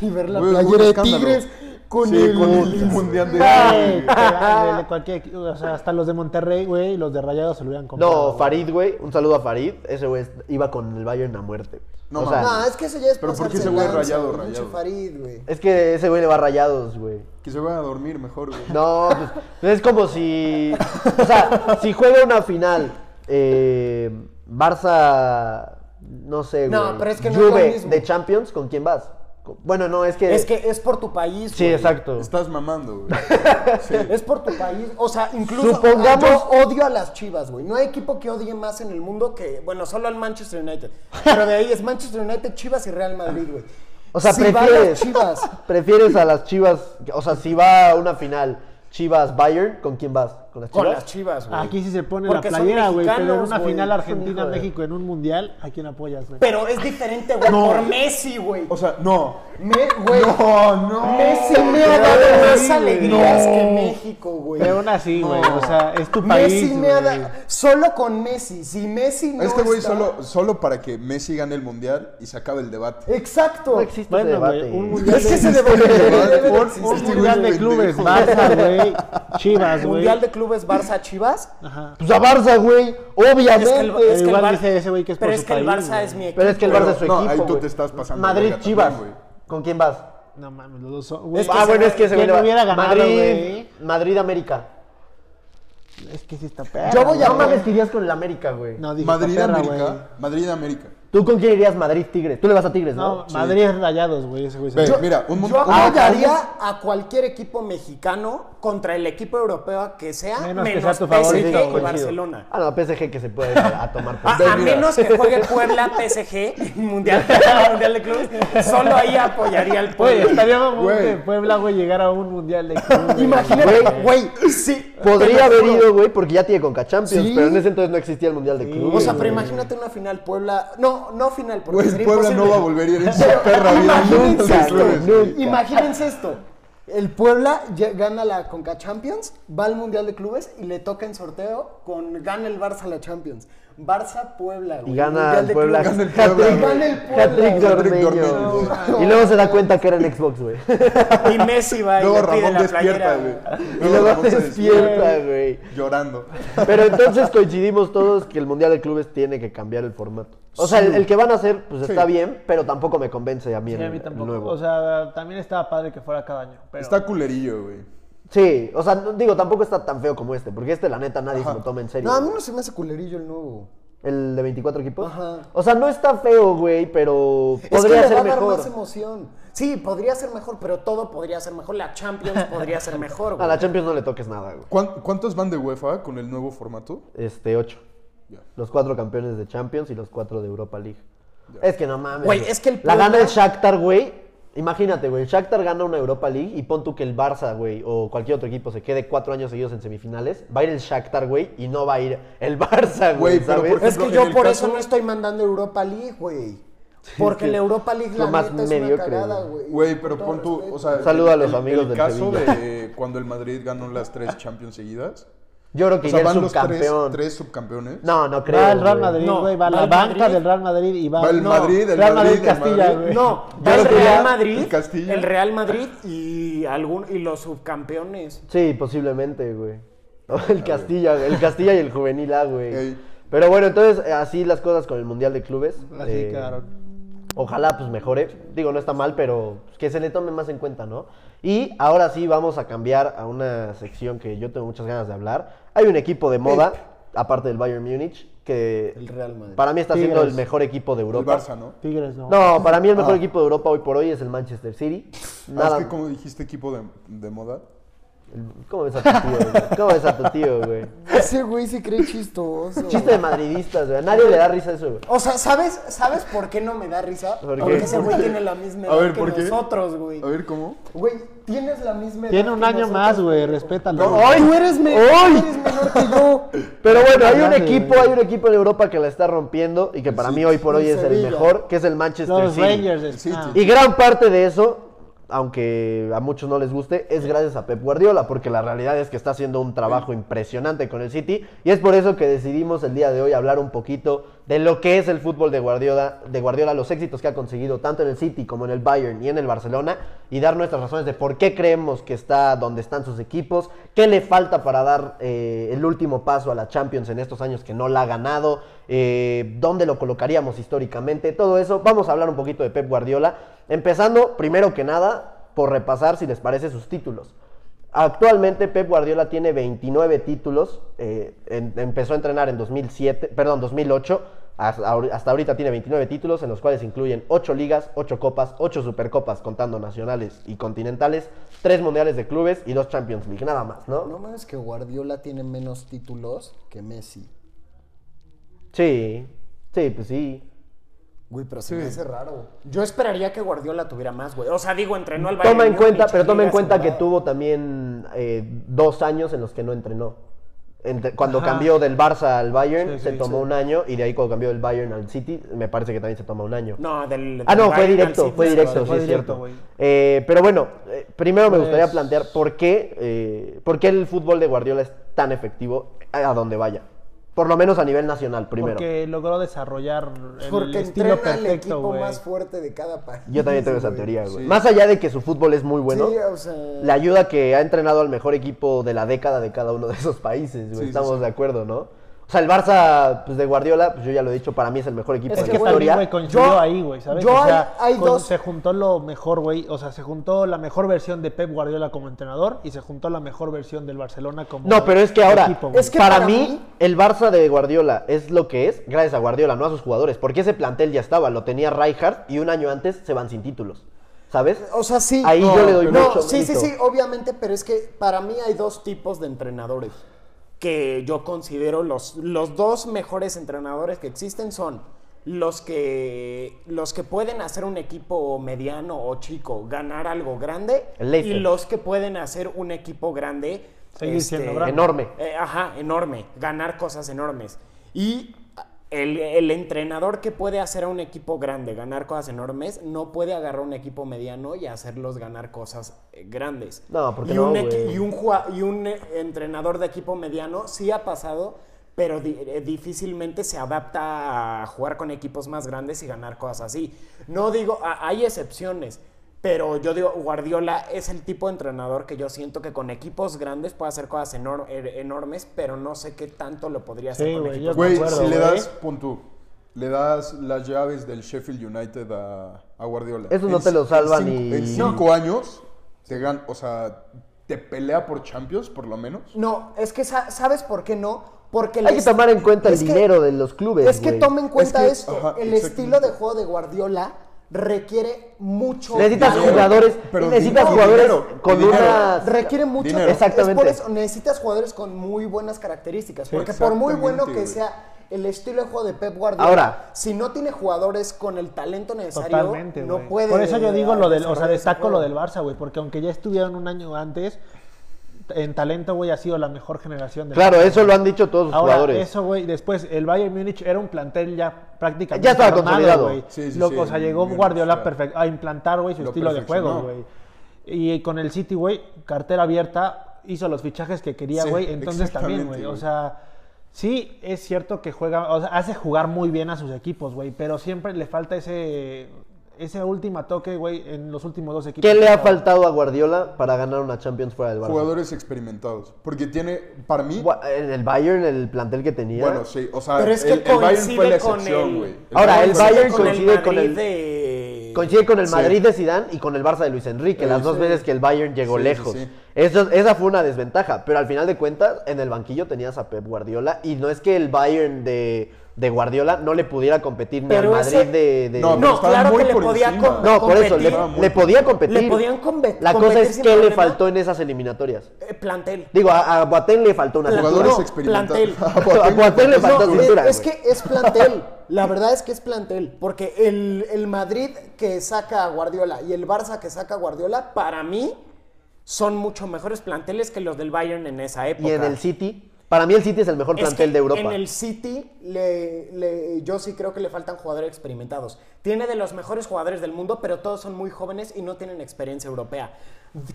Y ver la Güey, hubo un playera de escándalo. Tigres con Sí, el... con el mundial de. Güey, que- de- de cualquier equi- o sea, hasta los de Monterrey, güey, y los de Rayados se lo hubieran comprado. No, güey. Farid, güey. Un saludo a Farid. Ese güey est- iba con el Bayern a muerte. No o sea, No, es que eso ya es Pero ¿por pasarse qué ese güey lanza, rayado, güey, pinche rayado? Farid, güey. es que ese güey le va rayados, güey. Que se vaya a dormir mejor, güey. No, pues, pues es como si. O sea, si juega una final. eh, Barça. No sé, güey. No, pero es que no es lo Juve mismo. de Champions, ¿con quién vas? Con- Bueno, no, es que. Es que es por tu país, Eh, Sí, güey. exacto. Estás mamando, güey. Es por tu país. O sea, incluso Supongamos- yo odio a las Chivas, güey. No hay equipo que odie más en el mundo que, bueno, solo al Manchester United. Pero de ahí es Manchester United, Chivas y Real Madrid, güey. O sea, Si van prefieres. las Chivas. Prefieres a las Chivas. O sea, si va a una final Chivas Bayern, ¿con quién vas? ¿Con las Chivas? Con las Chivas, güey. Aquí sí se pone Porque la son playera, güey. Pero en mexicanos, una güey. final Hijo de- Argentina-México en un mundial, ¿a quién apoyas, güey? Pero es diferente, güey, No. por Messi, güey. O sea, no. Me- güey, No, no. Messi me ha dado más güey. alegrías No. que México, güey. Pero aún así, güey. O sea, es tu país. Messi me ha güey. dado... Solo con Messi. Si Messi no Este güey está- solo, solo para que Messi gane el mundial y se acabe el debate. Exacto. No existe ese Bueno, güey, Este debate. un mundial Es que se debe debate. de Un Este mundial güey de es clubes, pendejo. Barça, güey, Chivas, güey. Mundial de clubes Barça Chivas. Ajá. Pues a Barça, güey. Es que Obviamente. el, Pero es que el igual Bar- dice ese güey que es Pero por es su que el país, Barça güey. es mi equipo. Pero es que el Pero, Barça es su no, equipo. ahí tú güey. te estás pasando de Madrid verga Chivas. también, güey. ¿Con quién vas? Ah, No mames, los dos son. güey. Ah, Es que- Bueno, ese güey ¿quién le va- hubiera ganado, Madrid, güey? Madrid América. Es que sí está perra. Yo voy a. No güey. mames que irías con el América, güey. No, dije, Madrid está perra, América. güey. Madrid América. ¿Tú con quién irías Madrid Tigres? Tú le vas a Tigres, ¿no? No, Madrid es rayados, güey. Ese güey se- Ve, mira, un Yo mundial. apoyaría a cualquier equipo mexicano contra el equipo europeo que sea, Menos menos, que sea tu PSG favorito, y güey. Barcelona. Ah, Ah, no, PSG que se puede ir a tomar por A, a menos que juegue Puebla PSG mundial, mundial de clubes, solo ahí apoyaría al Güey, Puebla. estaría mamón Güey. que Puebla, güey, llegara a un mundial de clubes. Imagínate, güey, sí. Podría haber ido, güey, porque ya tiene Conca Champions, Sí. pero en ese entonces no existía el Mundial de Clubes. O sea, güey. pero imagínate una final Puebla. No, no final, porque Güey, sería Puebla imposible. no va a volver a ir en su perra vida. Imagínense Nunca, esto, güey. nunca. imagínense esto. El Puebla ya gana la Conca Champions, va al Mundial de Clubes y le toca en sorteo con gana el Barça la Champions. Barça Puebla, güey. Y gana Mundial el de Puebla. Clubes. Gana el Puebla, Hat-trick- Gana el Puebla, hat-trick güey. de Hat-trick de Ormeño. Ormeño, Y luego se da cuenta que era en Xbox, güey. Y Messi va y Luego le pide Ramón la despierta, playera. güey. güey. Y luego Ramón se despierta, güey. Llorando. Pero entonces coincidimos todos que el Mundial de Clubes tiene que cambiar el formato. O sea, el, el que van a hacer, pues está bien, pero tampoco me convence a mí, Sí, el, a mí el tampoco. nuevo. O sea, también estaba padre que fuera cada año. Pero... Está culerillo, güey. sí, o sea, no- digo, tampoco está tan feo como este, porque este, la neta, nadie se lo toma en serio. No, a mí no se me hace culerillo el nuevo. El de 24 equipos. Ajá. O sea, no está feo, güey, pero podría es que le ser va a dar mejor. más emoción. Sí, podría ser mejor, pero todo podría ser mejor. La Champions podría ser mejor, A güey. la Champions no le toques nada, güey. ¿Cuán- ¿Cuántos van de UEFA con el nuevo formato? Este, 8. Ya. Los cuatro campeones de Champions y los cuatro de Europa League. Es que no mames. Güey, es que el La gana Puebla- el Shakhtar, güey. Imagínate, güey. El Shakhtar gana una Europa League y pon tú que el Barça, güey, o cualquier otro equipo se quede cuatro años seguidos en semifinales. Va a ir el Shakhtar, güey, y no va a ir el Barça, güey, Güey, pero ¿sabes? ¿por qué? Es que En yo el por caso- eso no estoy mandando Europa League, güey. Porque sí. la Europa League Lo la más neta es mediocre, una cagada, güey. güey. Güey, pero Con pon todo tú, respeto. o sea, Saluda a los el- amigos el del caso Sevilla. de cuando el Madrid ganó las tres Champions seguidas. Yo creo que O sea, iría el van los tres, subcampeón. tres subcampeones. No, no creo. va el Real güey. Madrid, No, güey. va va la el banca Madrid. del Real Madrid y va. Va el no, Madrid, el Real Madrid, Madrid, el Castilla, Madrid. güey. No, Yo va el creo que Real ya- Madrid, el Castilla. el Real Madrid y algún y los subcampeones. Sí, posiblemente, güey. No, el Castilla, güey, el Castilla y el Juvenil A, güey. Ey. Pero bueno, entonces eh, así las cosas con el Mundial de Clubes. Ah, Así Eh, quedaron. Ojalá pues mejore. Digo, no está mal, pero pues, que se le tome más en cuenta, ¿no? Y ahora sí vamos a cambiar a una sección que yo tengo muchas ganas de hablar. Hay un equipo de moda, aparte del Bayern Múnich, que El Real Madrid. para mí está siendo Tigres. el mejor equipo de El Europa. Barça, ¿no? Tigres no. No, para mí el mejor equipo de Europa hoy por hoy es el Manchester City. Ah, Nada, es que como dijiste equipo de, de moda. el- ¿Cómo ves a tu tío, güey? ¿Cómo ves a tu tío, güey? Ese güey se cree chistoso. Chiste de madridistas, güey. A nadie le da risa eso, güey. O sea, ¿sabes, ¿sabes por qué no me da risa? ¿Por qué? Porque ese güey tiene la misma edad A ver, que ¿por qué? nosotros, güey. A ver, ¿cómo? Güey, tienes la misma edad. Tiene un que año nosotros, más, güey, pendejo. respétalo. No, ¡Ay! Tú eres, me- ¡Ay! tú eres menor que yo. Pero bueno, hay un Grande, equipo, güey. hay un equipo en Europa que la está rompiendo y que para Sí, mí hoy por hoy el es el Sevilla. mejor, que es el Manchester Los City. Rangers de City. ah. Y gran parte de eso, aunque a muchos no les guste, es gracias a Pep Guardiola, porque la realidad es que está haciendo un trabajo impresionante con el City y es por eso que decidimos el día de hoy hablar un poquito de lo que es el fútbol de Guardiola, de Guardiola, los éxitos que ha conseguido tanto en el City como en el Bayern y en el Barcelona y dar nuestras razones de por qué creemos que está donde están sus equipos, qué le falta para dar eh, el último paso a la Champions en estos años que no la ha ganado, eh, dónde lo colocaríamos históricamente, todo eso. Vamos a hablar un poquito de Pep Guardiola, empezando primero que nada por repasar, si les parece, sus títulos. Actualmente Pep Guardiola tiene 29 títulos, eh, en- empezó a entrenar en 2007, perdón, 2008, hasta, ahori- hasta ahorita tiene 29 títulos, en los cuales incluyen 8 ligas, 8 copas, 8 supercopas, contando nacionales y continentales, 3 mundiales de clubes y 2 Champions League, nada más, ¿no? No mames que Guardiola tiene menos títulos que Messi. Sí, sí, pues sí. Güey, pero se me hace raro. Yo esperaría que Guardiola tuviera más, güey. O sea, digo, entrenó al Bayern Toma en Múnich, cuenta, pero toma en ligas, cuenta que nada. tuvo también eh, dos años en los que no entrenó. Entre- cuando Ajá. cambió del Barça al Bayern, Sí, se sí, tomó un año, y de ahí cuando cambió del Bayern al City, me parece que también se toma un año. No, del. Ah, del no, fue Bayern al directo, City, fue sí, directo, sí, fue es directo, cierto. güey. Eh, pero bueno, eh, primero me gustaría Pues- plantear por qué, eh, por qué el fútbol de Guardiola es tan efectivo a a donde vaya. Por lo menos a nivel nacional, primero. Porque logró desarrollar el Porque estilo entrena al perfecto, equipo güey. más fuerte de cada país. Yo también tengo esa güey. teoría, güey. Sí. Más allá de que su fútbol es muy bueno, Sí, o sea- le ayuda que ha entrenado al mejor equipo de la década de cada uno de esos países, güey. Sí, sí, Estamos sí. de acuerdo, ¿no? O sea, el Barça pues, de Guardiola, pues yo ya lo he dicho, para mí es el mejor equipo Es de que la también, historia. güey, coincidió Yo- ahí, güey, ¿sabes? yo o sea, hay- hay con- dos- se juntó lo mejor, güey. O sea, se juntó la mejor versión de Pep Guardiola como entrenador y se juntó la mejor versión del Barcelona como No, pero es que ahora, equipo, güey. es que para, para mí, mí- el Barça de Guardiola es lo que es, gracias a Guardiola, no a sus jugadores, porque ese plantel ya estaba, lo tenía Rijkaard y un año antes se van sin títulos, ¿sabes? O sea, sí. Ahí yo le doy no, mucho Sí, sí, mérito. sí, obviamente, pero es que para mí hay dos tipos de entrenadores que yo considero los, los dos mejores entrenadores que existen son los que, los que pueden hacer un equipo mediano o chico ganar algo grande El Leicester. y los que pueden hacer un equipo grande Seguir siendo grande. Enorme. eh, ajá, enorme, ganar cosas enormes. Y el, el entrenador que puede hacer a un equipo grande ganar cosas enormes, no puede agarrar un equipo mediano y hacerlos ganar cosas eh, grandes. No, porque y no, un equi- güey. y un jua- y un eh, entrenador de equipo mediano sí ha pasado, pero di- eh, difícilmente se adapta a jugar con equipos más grandes y ganar cosas así. No digo, a- hay excepciones, pero yo digo, Guardiola es el tipo de entrenador que yo siento que con equipos grandes puede hacer cosas enor- eh, enormes, pero no sé qué tanto lo podría hacer Sí, con güey, equipos. yo- Güey, acuerdo, si le güey. das, pon tú, le das las llaves del Sheffield United a, a Guardiola. Eso no En te lo ci- salvan en cinco- y- En cinco años, te gan- o sea, te pelea por Champions, por lo menos. No, es que sa- ¿sabes por qué no? Porque Hay que les- tomar en cuenta el es que- dinero de los clubes. Es que güey. toma en cuenta que- esto. ajá, el exactamente. estilo de juego de Guardiola requiere mucho. Necesitas talento. jugadores, Pero necesitas dinero, jugadores dinero, con dinero. una Requiere mucho. Dinero. Exactamente. Es por eso, necesitas jugadores con muy buenas características. Porque por muy bueno que Exactamente, güey. sea el estilo de juego de Pep Guardiola, Ahora. si no tiene jugadores con el talento necesario, Totalmente, no güey. puede. Por eso yo digo lo del, o sea, desarrollar ese destaco lo juego. del Barça, güey, porque aunque ya estuvieron un año antes, en talento, güey, ha sido la mejor generación del Claro, eso lo han dicho todos los Ahora, jugadores. eso, güey, después el Bayern Múnich era un plantel ya prácticamente Ya estaba consolidado. güey. Sí, sí, Lo- sí, o sea, muy llegó bien, Guardiola o sea, perfec- a implantar, güey, su lo estilo de juego, perfeccionó. güey. Y con el City, güey, cartera abierta, hizo los fichajes que quería, Sí, güey, entonces también, exactamente, güey, o güey. sea, sí es cierto que juega, o sea, hace jugar muy bien a sus equipos, güey, pero siempre le falta ese ese último toque, güey, en los últimos dos equipos. ¿Qué le ha estaba- faltado a Guardiola para ganar una Champions fuera del Barça? Jugadores experimentados. Porque tiene, para mí, Gua- En el Bayern, el plantel que tenía. bueno, sí, o sea, Pero es que Ah, el, el Bayern fue coincide la con excepción, el- güey. Ahora, el fue la Bayern excepción. coincide con el- Madrid de- Coincide con el Sí. Madrid de Zidane y con el Barça de Luis Enrique, Eh, las dos sí. veces que el Bayern llegó Sí, sí, lejos. sí. Eso- esa fue una desventaja, pero al final de cuentas en el banquillo tenías a Pep Guardiola y no es que el Bayern de, de Guardiola no le pudiera competir ni Pero al Madrid ese- de, de- No, pero No, estaba claro muy que le por podía encima. com- No, por eso, le, competir. le podía competir. Le podían compe- La cosa competir es sin que le problema. faltó en esas eliminatorias. Eh, plantel. Digo, a, a Boateng le faltó una Jugador- Jugadores No, experimentados. plantel. A Boateng le faltó Ah, No, cintura. es, es güey. que es plantel. La verdad es que es plantel. Porque el, el Madrid que saca a Guardiola y el Barça que saca a Guardiola, para mí, son mucho mejores planteles que los del Bayern en esa época. Y en el City, para mí el City es el mejor Es plantel que de Europa. En el City, le- le- yo sí creo que le faltan jugadores experimentados. Tiene de los mejores jugadores del mundo, pero todos son muy jóvenes y no tienen experiencia europea.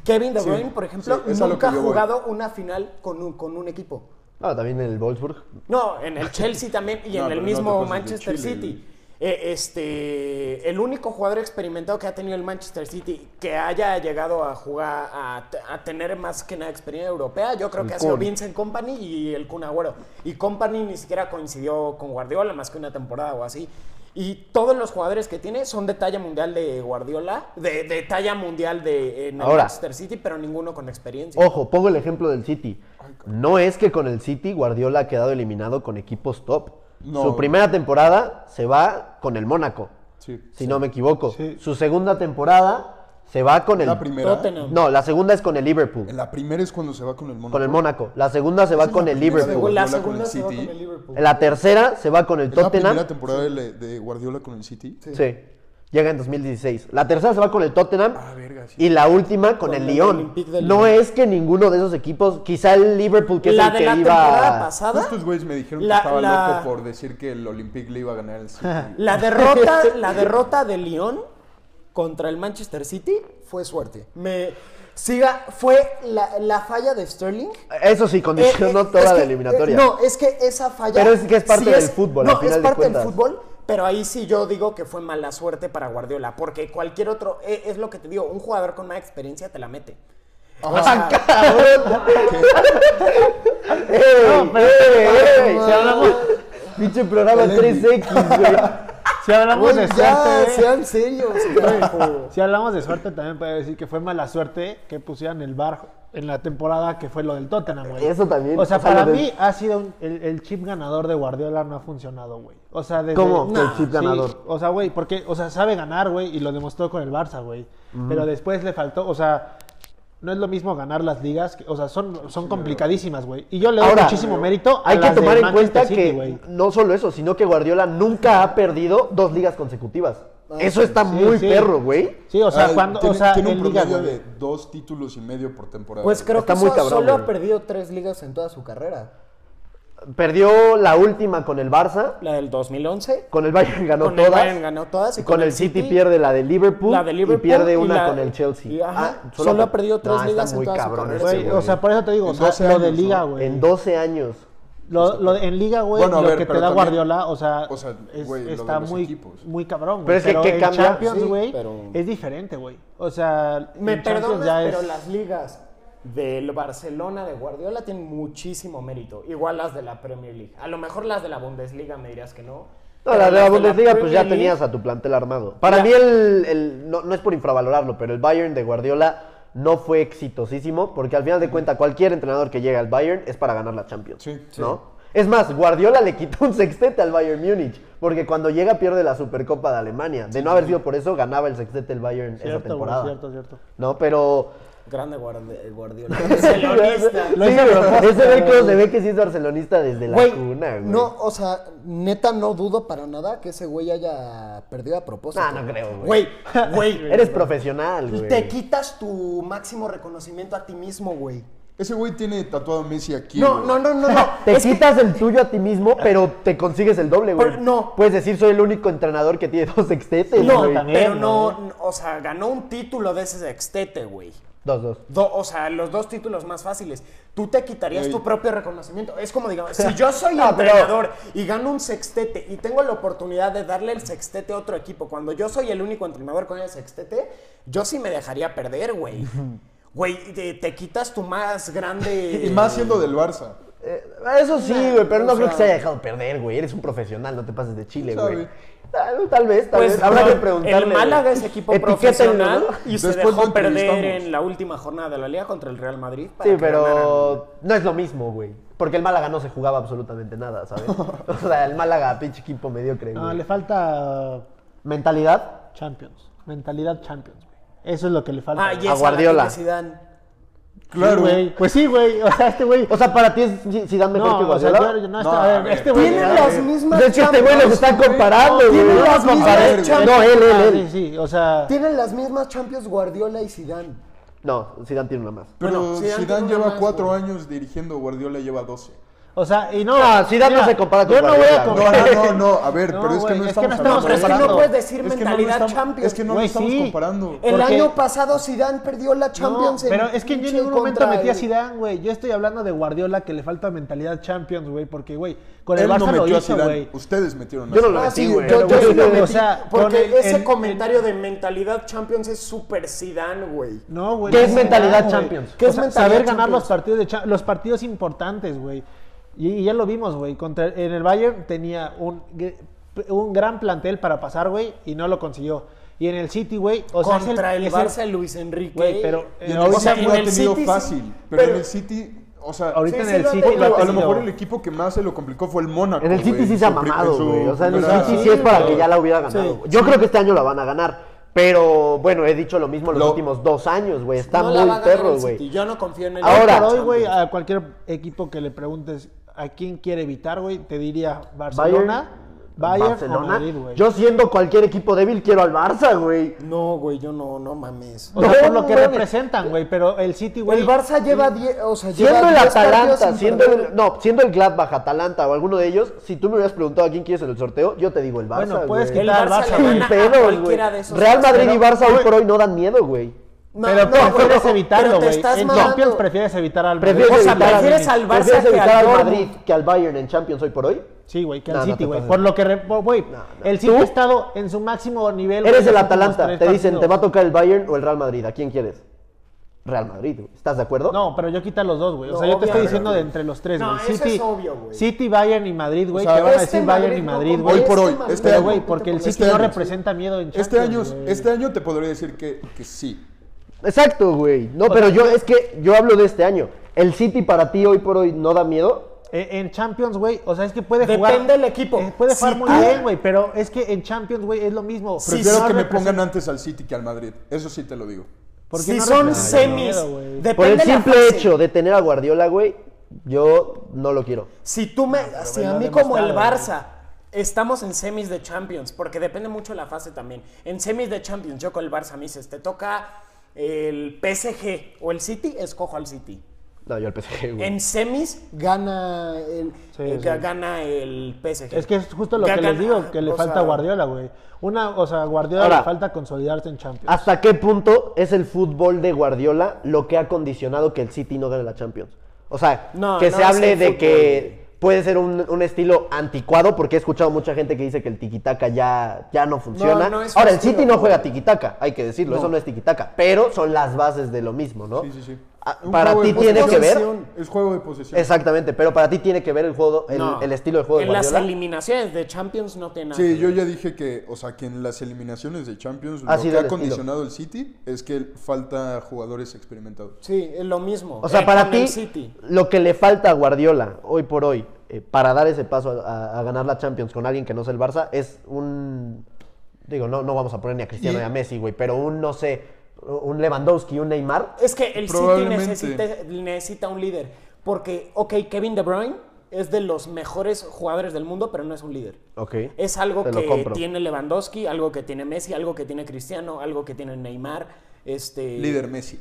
Kevin De Sí, Bruyne, por ejemplo, sí, es a lo nunca ha que yo voy. jugado una final con un, con un equipo. No, también en el Wolfsburg. No, en el Chelsea también y No, en pero el no mismo te pases de Manchester Chile, City. Eh, este, el único jugador experimentado que ha tenido el Manchester City que haya llegado a jugar, a, t- a tener más que nada experiencia europea, yo creo que ha sido Kun. Vincent Company y el Kun Agüero. Y Company ni siquiera coincidió con Guardiola más que una temporada o así. Y todos los jugadores que tiene son de talla mundial de Guardiola, de, de talla mundial de en el Ahora. Manchester City, pero ninguno con experiencia. Ojo, pongo el ejemplo del City. No es que con el City Guardiola ha quedado eliminado con equipos top. No. Su primera temporada se va con el Mónaco, Sí. si no me equivoco. Sí. Su segunda temporada se va con el... La primera. Tottenham. No, la segunda es con el Liverpool, La primera es cuando se va con el Mónaco. con el Mónaco. La segunda se va con el primera de Liverpool. la Guardiola con segunda el se va con City. el Liverpool. La tercera se va con el ¿Es la primera Tottenham. temporada de, la- de Guardiola con el City? Sí. Llega en 2016. La tercera se va con el Tottenham. Ah, verga, sí. Y la última con, Con el el Lyon. Olympique de No Lyon. es que ninguno de esos equipos, quizá el Liverpool que es la el de que la iba temporada pasada. Estos güeyes me dijeron La- que estaba la- loco por decir que el Olympique le iba a ganar al City. La derrota, la derrota de Lyon contra el Manchester City fue suerte. Me siga, fue la, la falla de Sterling. Eso sí, condicionó Eh, eh, toda es la que, eliminatoria. eh, no, es que esa falla. Pero es que es parte del fútbol, No, al final es de parte cuentas. del fútbol. Pero ahí sí yo digo que fue mala suerte para Guardiola, porque cualquier otro, eh, es lo que te digo, un jugador con más experiencia te la mete. O sea, ¡Ey! pero- ¡Ey! ¡Ey! no, Si hablamos. Pinche programa Dale, 3X, güey. Si hablamos de güey, ya, suerte, sean serios, carajo. si hablamos de suerte, también puede decir que fue mala suerte que pusieran el bar en la temporada que fue lo del Tottenham, güey. Eso también, O sea, o sea, para lo del- mí ha sido un- el, el chip ganador de Guardiola no ha funcionado, güey. O sea, desde... ¿Cómo que el Nah, chip sí, ganador? o sea, güey, porque, o sea, sabe ganar, güey, y lo demostró con el Barça, güey. Pero después le faltó, o sea, no es lo mismo ganar las ligas, que- o sea, son, son complicadísimas, güey. Y yo le doy Ahora, muchísimo mérito. a hay que las de tomar en Manchester cuenta City, que güey. no solo eso, sino que Guardiola nunca ha perdido dos ligas consecutivas. Ah, eso está Sí, muy sí. perro, güey. Sí, o sea, Ah, cuando, tiene, o sea, tiene un en liga, promedio güey. de dos títulos y medio por temporada. Pues creo Está que muy so- cabrón, solo güey. ha perdido tres ligas en toda su carrera. Perdió la última con el Barça, La del 2011. con el Bayern ganó Con el todas. Bayern ganó todas y con, el City, pierde la de Liverpool, la de Liverpool y pierde y una la- con el Chelsea. Ah, y ajá, solo ha perdido tres está ligas en muy toda su cabrón carrera, ese, Güey, güey. o sea, por eso te digo, En o sea, 12 lo de años, liga, ¿no? güey. en 12 años. Lo, lo de- en liga, güey, Bueno, a lo ver, que te pero da también- Guardiola, o sea, o sea, es- güey, lo de está los muy, equipos. muy cabrón. güey. Pero es que, ¿qué en cambia? Champions, Sí, güey, pero- es diferente, güey. O sea, Me en Champions perdonas, ya pero es- las ligas del Barcelona de Guardiola tienen muchísimo mérito. Igual las de la Premier League. A lo mejor las de la Bundesliga me dirás que no. No, pero la de la las Bundesliga, pues ya Premier League- tenías a tu plantel armado. Para Ya. mí, el, el- no, no es por infravalorarlo, pero el Bayern de Guardiola no fue exitosísimo, porque al final de cuentas, cualquier entrenador que llega al Bayern es para ganar la Champions. Sí, sí. ¿no? Es más, Guardiola le quitó un sextete al Bayern Múnich, porque cuando llega pierde la Supercopa de Alemania. De no haber sido por eso, ganaba el sextete el Bayern esa Cierto, güey, temporada. cierto, cierto. No, pero. Grande Guardi- eh, Guardiola. Barcelonista. Sí, güey, ese güey como se ve que sí es barcelonista desde la Güey, cuna, güey. No, o sea, neta no dudo para nada que ese güey haya perdido a propósito. No, no creo, güey. Güey, güey. Eres profesional, Y güey. Pues te quitas tu máximo reconocimiento a ti mismo, güey. Ese güey tiene tatuado a Messi aquí. No, güey. no, no, no, no. Te Es que- quitas el tuyo a ti mismo, pero te consigues el doble, güey. Pero no. Puedes decir, soy el único entrenador que tiene dos sextetes, No, güey. también, pero no, o sea, ganó un título de ese sextete, güey. Dos, dos. Do- o sea, los dos títulos más fáciles. Tú te quitarías Ey. tu propio reconocimiento. Es como, digamos, si yo soy No, pero- entrenador y gano un sextete y tengo la oportunidad de darle el sextete a otro equipo, cuando yo soy el único entrenador con el sextete, yo sí me dejaría perder, güey. Güey, te, te quitas tu más grande... eh, Y más siendo del Barça. Eh, eso sí, Nah, güey, pero no o creo sea- que se haya dejado perder, güey. Eres un profesional, no te pases de Chile, Sabe. güey. Tal, tal vez, tal Pues, vez. Habrá que no, preguntarle. El Málaga es equipo Etiquétenlo, profesional ¿no? y se Después lo dejó perder entrevistamos. en la última jornada de la Liga contra el Real Madrid. para Sí, que ganaran. pero no es lo mismo, güey. Porque el Málaga no se jugaba absolutamente nada, ¿sabes? o sea, el Málaga, pinche equipo mediocre, No, güey. le falta ¿Mentalidad? Champions. Mentalidad Champions, güey. Eso es lo que le falta. Ah, y güey. A esa la Guardiola. tiene Zidane. Sí, güey. Pues sí, güey. O sea, este güey. O sea, para ti es Zidane mejor No, que o sea, Guardiola. yo- yo no, No, este- a ver, a ver. este güey. Tienen a las ver. mismas De hecho, este güey los Champions, está comparando, No, güey. tiene No, las lo comparé. mismas Champions. No, él, él, Ah, él. Sí, sí, o sea. Tienen las mismas Champions Guardiola y Zidane. No, Zidane tiene una más. Pero Bueno, Zidane Zidane tiene lleva más, cuatro güey. años dirigiendo, Guardiola lleva 12. O sea, y no. No, Zidane no se compara con Yo no voy Guardiola, a No, No, comparar. no, no, no, a ver, No, pero es que güey, no es que estamos no hablando estamos de comparando. eso. No puedes decir Es que no lo mentalidad estamos- Champions. Es que no lo Güey, estamos sí. Eh, comparando. El Porque- año pasado Zidane perdió la No, Champions. en pero es que yo en pinche ningún momento contra metí a el- Zidane, güey. Yo estoy hablando de Guardiola que le falta mentalidad Champions, güey, porque, güey, con el Él no Barça lo metió a hizo, Zidane. güey. Ustedes metieron a Yo no lo Ah, metí, sí, güey. yo, yo Pero, sí lo güey, o metí. sea, con porque el- ese el- comentario de mentalidad Champions es super Zidane, güey. No, güey. ¿Qué no es Zidane, mentalidad güey. Champions? ¿Qué O es sea, mentalidad saber ganar Champions? los partidos, de cha- los partidos importantes, güey. Y, y ya lo vimos, güey. Contra, en el Bayern tenía un, gr- un gran plantel para pasar, güey, y no lo consiguió. Y en el City, güey, o sea, es contra el, es Barça Luis Enrique. Güey, pero Y eh, en el ahorita, City en lo ha el tenido City sí, fácil, pero, pero- en el City, o sea, ahorita sí, en sí el lo ha City tenido. lo ha Pero a lo tenido. mejor el equipo que más se lo complicó fue el Mónaco. En el City güey, sí en se ha su pri- en mamado, su- güey. O sea, en el o sea, City sí es para que ya la hubiera ganado. Sí. güey. Yo creo que este año la van a ganar. Pero bueno, he dicho lo mismo los Lo- últimos dos años, güey. Está No la va a muy ganar perro, el City. güey. Yo no confío en el Ahora- Por hoy, güey, Champions. a cualquier equipo que le preguntes a quién quiere evitar, güey, te diría Barcelona, Bayern, o Barcelona. Madrid, güey. Yo siendo cualquier equipo débil quiero al Barça, güey. No, güey, yo no, no mames. O sea, por No, lo que mames. representan, güey, pero el City, güey. el Barça lleva 10, o sea, lleva Siendo el 10 partidos Atalanta, sin siendo perder. el, no, siendo el Gladbach, Atalanta o alguno de ellos, si tú me hubieras preguntado a quién quieres en el sorteo, yo te digo el Barça. Bueno, puedes güey. El quitar al Barça le Barça, güey. Sin gana a pedos, güey. cualquiera de esos Real dos, Madrid y pero- Barça hoy por hoy no dan miedo, güey. No, pero no, prefieres pero- evitarlo, pero te güey. estás En mamando. Champions prefieres evitar al Madrid. Prefieres O sea, evitar al- prefieres al Barça prefieres que evitar al al Dortmund. Madrid que al Bayern en Champions hoy por hoy. Sí, güey, que No, al no City, te güey. pases. por lo que, re- por- güey, no. el City ¿Tú? ha estado en su máximo nivel. güey, Eres el los últimos Atalanta, tres te dicen, partidos. te va a tocar el Bayern o el Real Madrid, ¿a quién quieres? Real Madrid, güey. ¿estás de acuerdo? No, pero yo quita los dos, güey. O sea, No, yo te estoy obviamente. diciendo de entre los tres, No, güey. eso es City, obvio, güey. City, Bayern y Madrid, güey. O sea, te van a este decir Bayern y Madrid, no güey. Hoy por hoy, compite este Pero, año. güey, porque el Este City no año. representa miedo en Champions, Este año, güey. este año te podría decir que, que sí. Exacto, güey. No, pero yo es que yo hablo de este año. El City para ti hoy por hoy no da miedo. Eh, En Champions, güey, o sea, es que puede Depende jugar. del equipo. eh, puede jugar Si muy tú- bien, güey, pero es que en Champions, güey, es lo mismo. Prefiero no que me representa- pongan antes al City que al Madrid. Eso sí te lo digo. porque si no son representa semis, miedo, güey. depende Por el la simple fase. hecho de tener a Guardiola, güey, yo no lo quiero. Si tú me, si me a lo mí ha como el demostrado, Barça estamos en semis de Champions, porque depende mucho de la fase también. En semis de Champions yo con el Barça me dices, te toca el PSG o el City, escojo al City. No, yo al PSG, güey. En semis gana el Sí, eh, sí. gana el PSG. Es que es justo lo que Gana- les digo, que le o falta sea, a Guardiola, güey. Una, o sea, a Guardiola Ahora. le falta consolidarse en Champions. ¿Hasta qué punto es el fútbol de Guardiola lo que ha condicionado que el City no gane la Champions? O sea, No, que no se es hable el de fútbol, que puede ser un, un estilo anticuado, porque he escuchado mucha gente que dice que el tiquitaca ya, ya no funciona. no es Ahora, el estilo, City no güey. juega tiquitaca, hay que decirlo, No. eso no es tiquitaca, pero son las bases de lo mismo, ¿no? Sí, sí, sí. Ah, Un Para juego ti de tiene que ver. posesión, Es juego de posesión. Exactamente, pero para ti tiene que ver el juego, el, no. el estilo de juego de En las Guardiola. eliminaciones de Champions no tiene nada. que Sí, ver. yo ya dije que, o sea, que en las eliminaciones de Champions Ha lo sido el que ha estilo. condicionado el City es que falta jugadores experimentados. Sí, es lo mismo. O sea, Eh, para con el ti, City. lo que le falta a Guardiola hoy por hoy eh, para dar ese paso a, a- a ganar la Champions con alguien que no sea el Barça es un. Digo, no, no vamos a poner ni a Cristiano Y- ni a Messi, güey, pero un, no sé, un Lewandowski, un Neymar. eh, Es que el City Probablemente. necesita, necesita un líder. Porque, ok, Kevin De Bruyne es de los mejores jugadores del mundo, pero no es un líder. Ok. Es algo Te lo que compro. tiene Lewandowski, algo que tiene Messi, algo que tiene Cristiano, algo que tiene Neymar. Este, Líder Messi.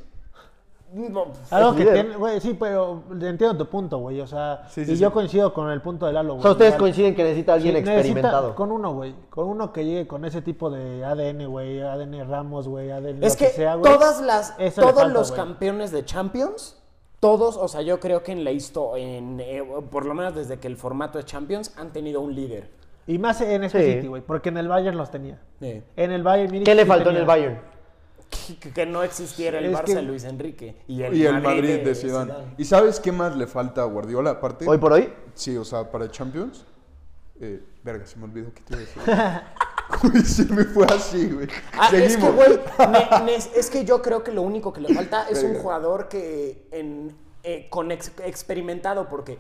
No, Algo Es que líder. ten- güey, sí, pero entiendo tu punto, güey. O sea, Sí, sí, y sí. yo coincido con el punto de Lalo, O güey. sea, ustedes Igual. coinciden que necesita alguien Sí, necesita- experimentado. Con uno, güey. Con uno que llegue con ese tipo de ADN, güey. ADN Ramos, güey. ADN Es lo que, que, sea, güey. todas las, Eso le todos falta, los güey. campeones de Champions, todos, o sea, yo creo que en la historia, en, eh, por lo menos desde que el formato de Champions, han tenido un líder. Y más en este Sí. City, güey. Porque en el Bayern los tenía. Eh, En el Bayern, Múnich ¿Qué le sí faltó en tenía. el Bayern? Que, que no existiera el Es Barça que- de Luis Enrique y el, y el Madrid, Madrid de de Zidane. Zidane. ¿Y sabes qué más le falta a Guardiola aparte? Hoy por hoy. Sí, o sea, para Champions. Eh, verga, se me olvidó que te iba a decir. Güey, se me fue así, güey. Ah, es que, Seguimos. güey, ne- ne- es que yo creo que lo único que le falta es un Verga. jugador que en, eh, con ex- experimentado, porque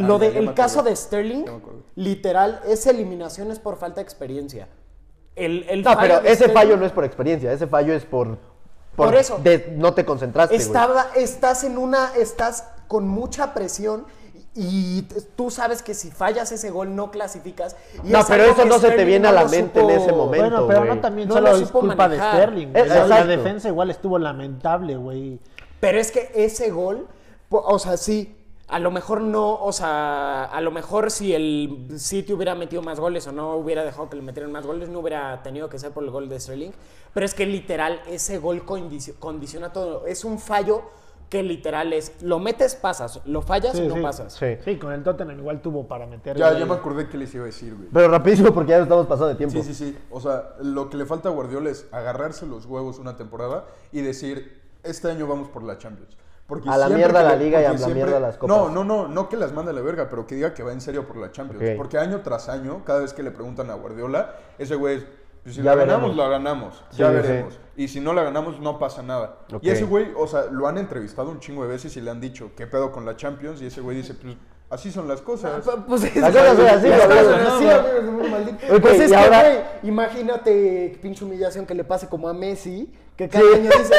Ah, lo ya, de, ya me el caso acordé. de Sterling, Ya me acordé. literal, es eliminaciones por falta de experiencia. El, el No, pero de ese Sterling fallo no es por experiencia, ese fallo es por. Por eso. de- no te concentraste. güey. estaba- estás en una, estás con mucha presión y t- tú sabes que si fallas ese gol no clasificas. y No, es pero algo eso que no se te Sterling viene a la mente en ese momento. Bueno, pero güey. no también No solo lo es supo culpa manejar. de Sterling. Es- güey. La- la exacto. defensa igual estuvo lamentable, güey. Pero es que ese gol, po- o sea, sí, a lo mejor no, o sea, a lo mejor si el City hubiera metido más goles o no hubiera dejado que le metieran más goles, no hubiera tenido que ser por el gol de Sterling. Pero es que literal, ese gol condici- condiciona todo. Es un fallo que literal es, lo metes, pasas, lo fallas, Sí, no sí. pasas. Sí. Sí, con el Tottenham igual tuvo para meter. Ya, güey. ya me acordé que les iba a decir, güey. Pero rapidísimo porque ya nos estamos pasando de tiempo. Sí, sí, sí. O sea, lo que le falta a Guardiola es agarrarse los huevos una temporada y decir, este año vamos por la Champions. Porque A la siempre mierda que la le- liga y porque a la mierda las copas. No, no, no, no que las mande a la verga, pero que diga que va en serio por la Champions. Ok. Porque año tras año, cada vez que le preguntan a Guardiola, ese güey es, "Pues si Ya la ganamos, veremos. la ganamos, Sí, ya sí. veremos. Y si no la ganamos, no pasa nada. Ok. Y ese güey, o sea, lo han entrevistado un chingo de veces y le han dicho, ¿qué pedo con la Champions? Y ese güey dice, pues así son las cosas. Pues es- Las cosas son así, Las güey. cosas son No, así, güey. amigos, es muy maldito. Ok, Pues es y que, ahora- güey, imagínate qué pinche humillación que le pase como a Messi, que cada año dice,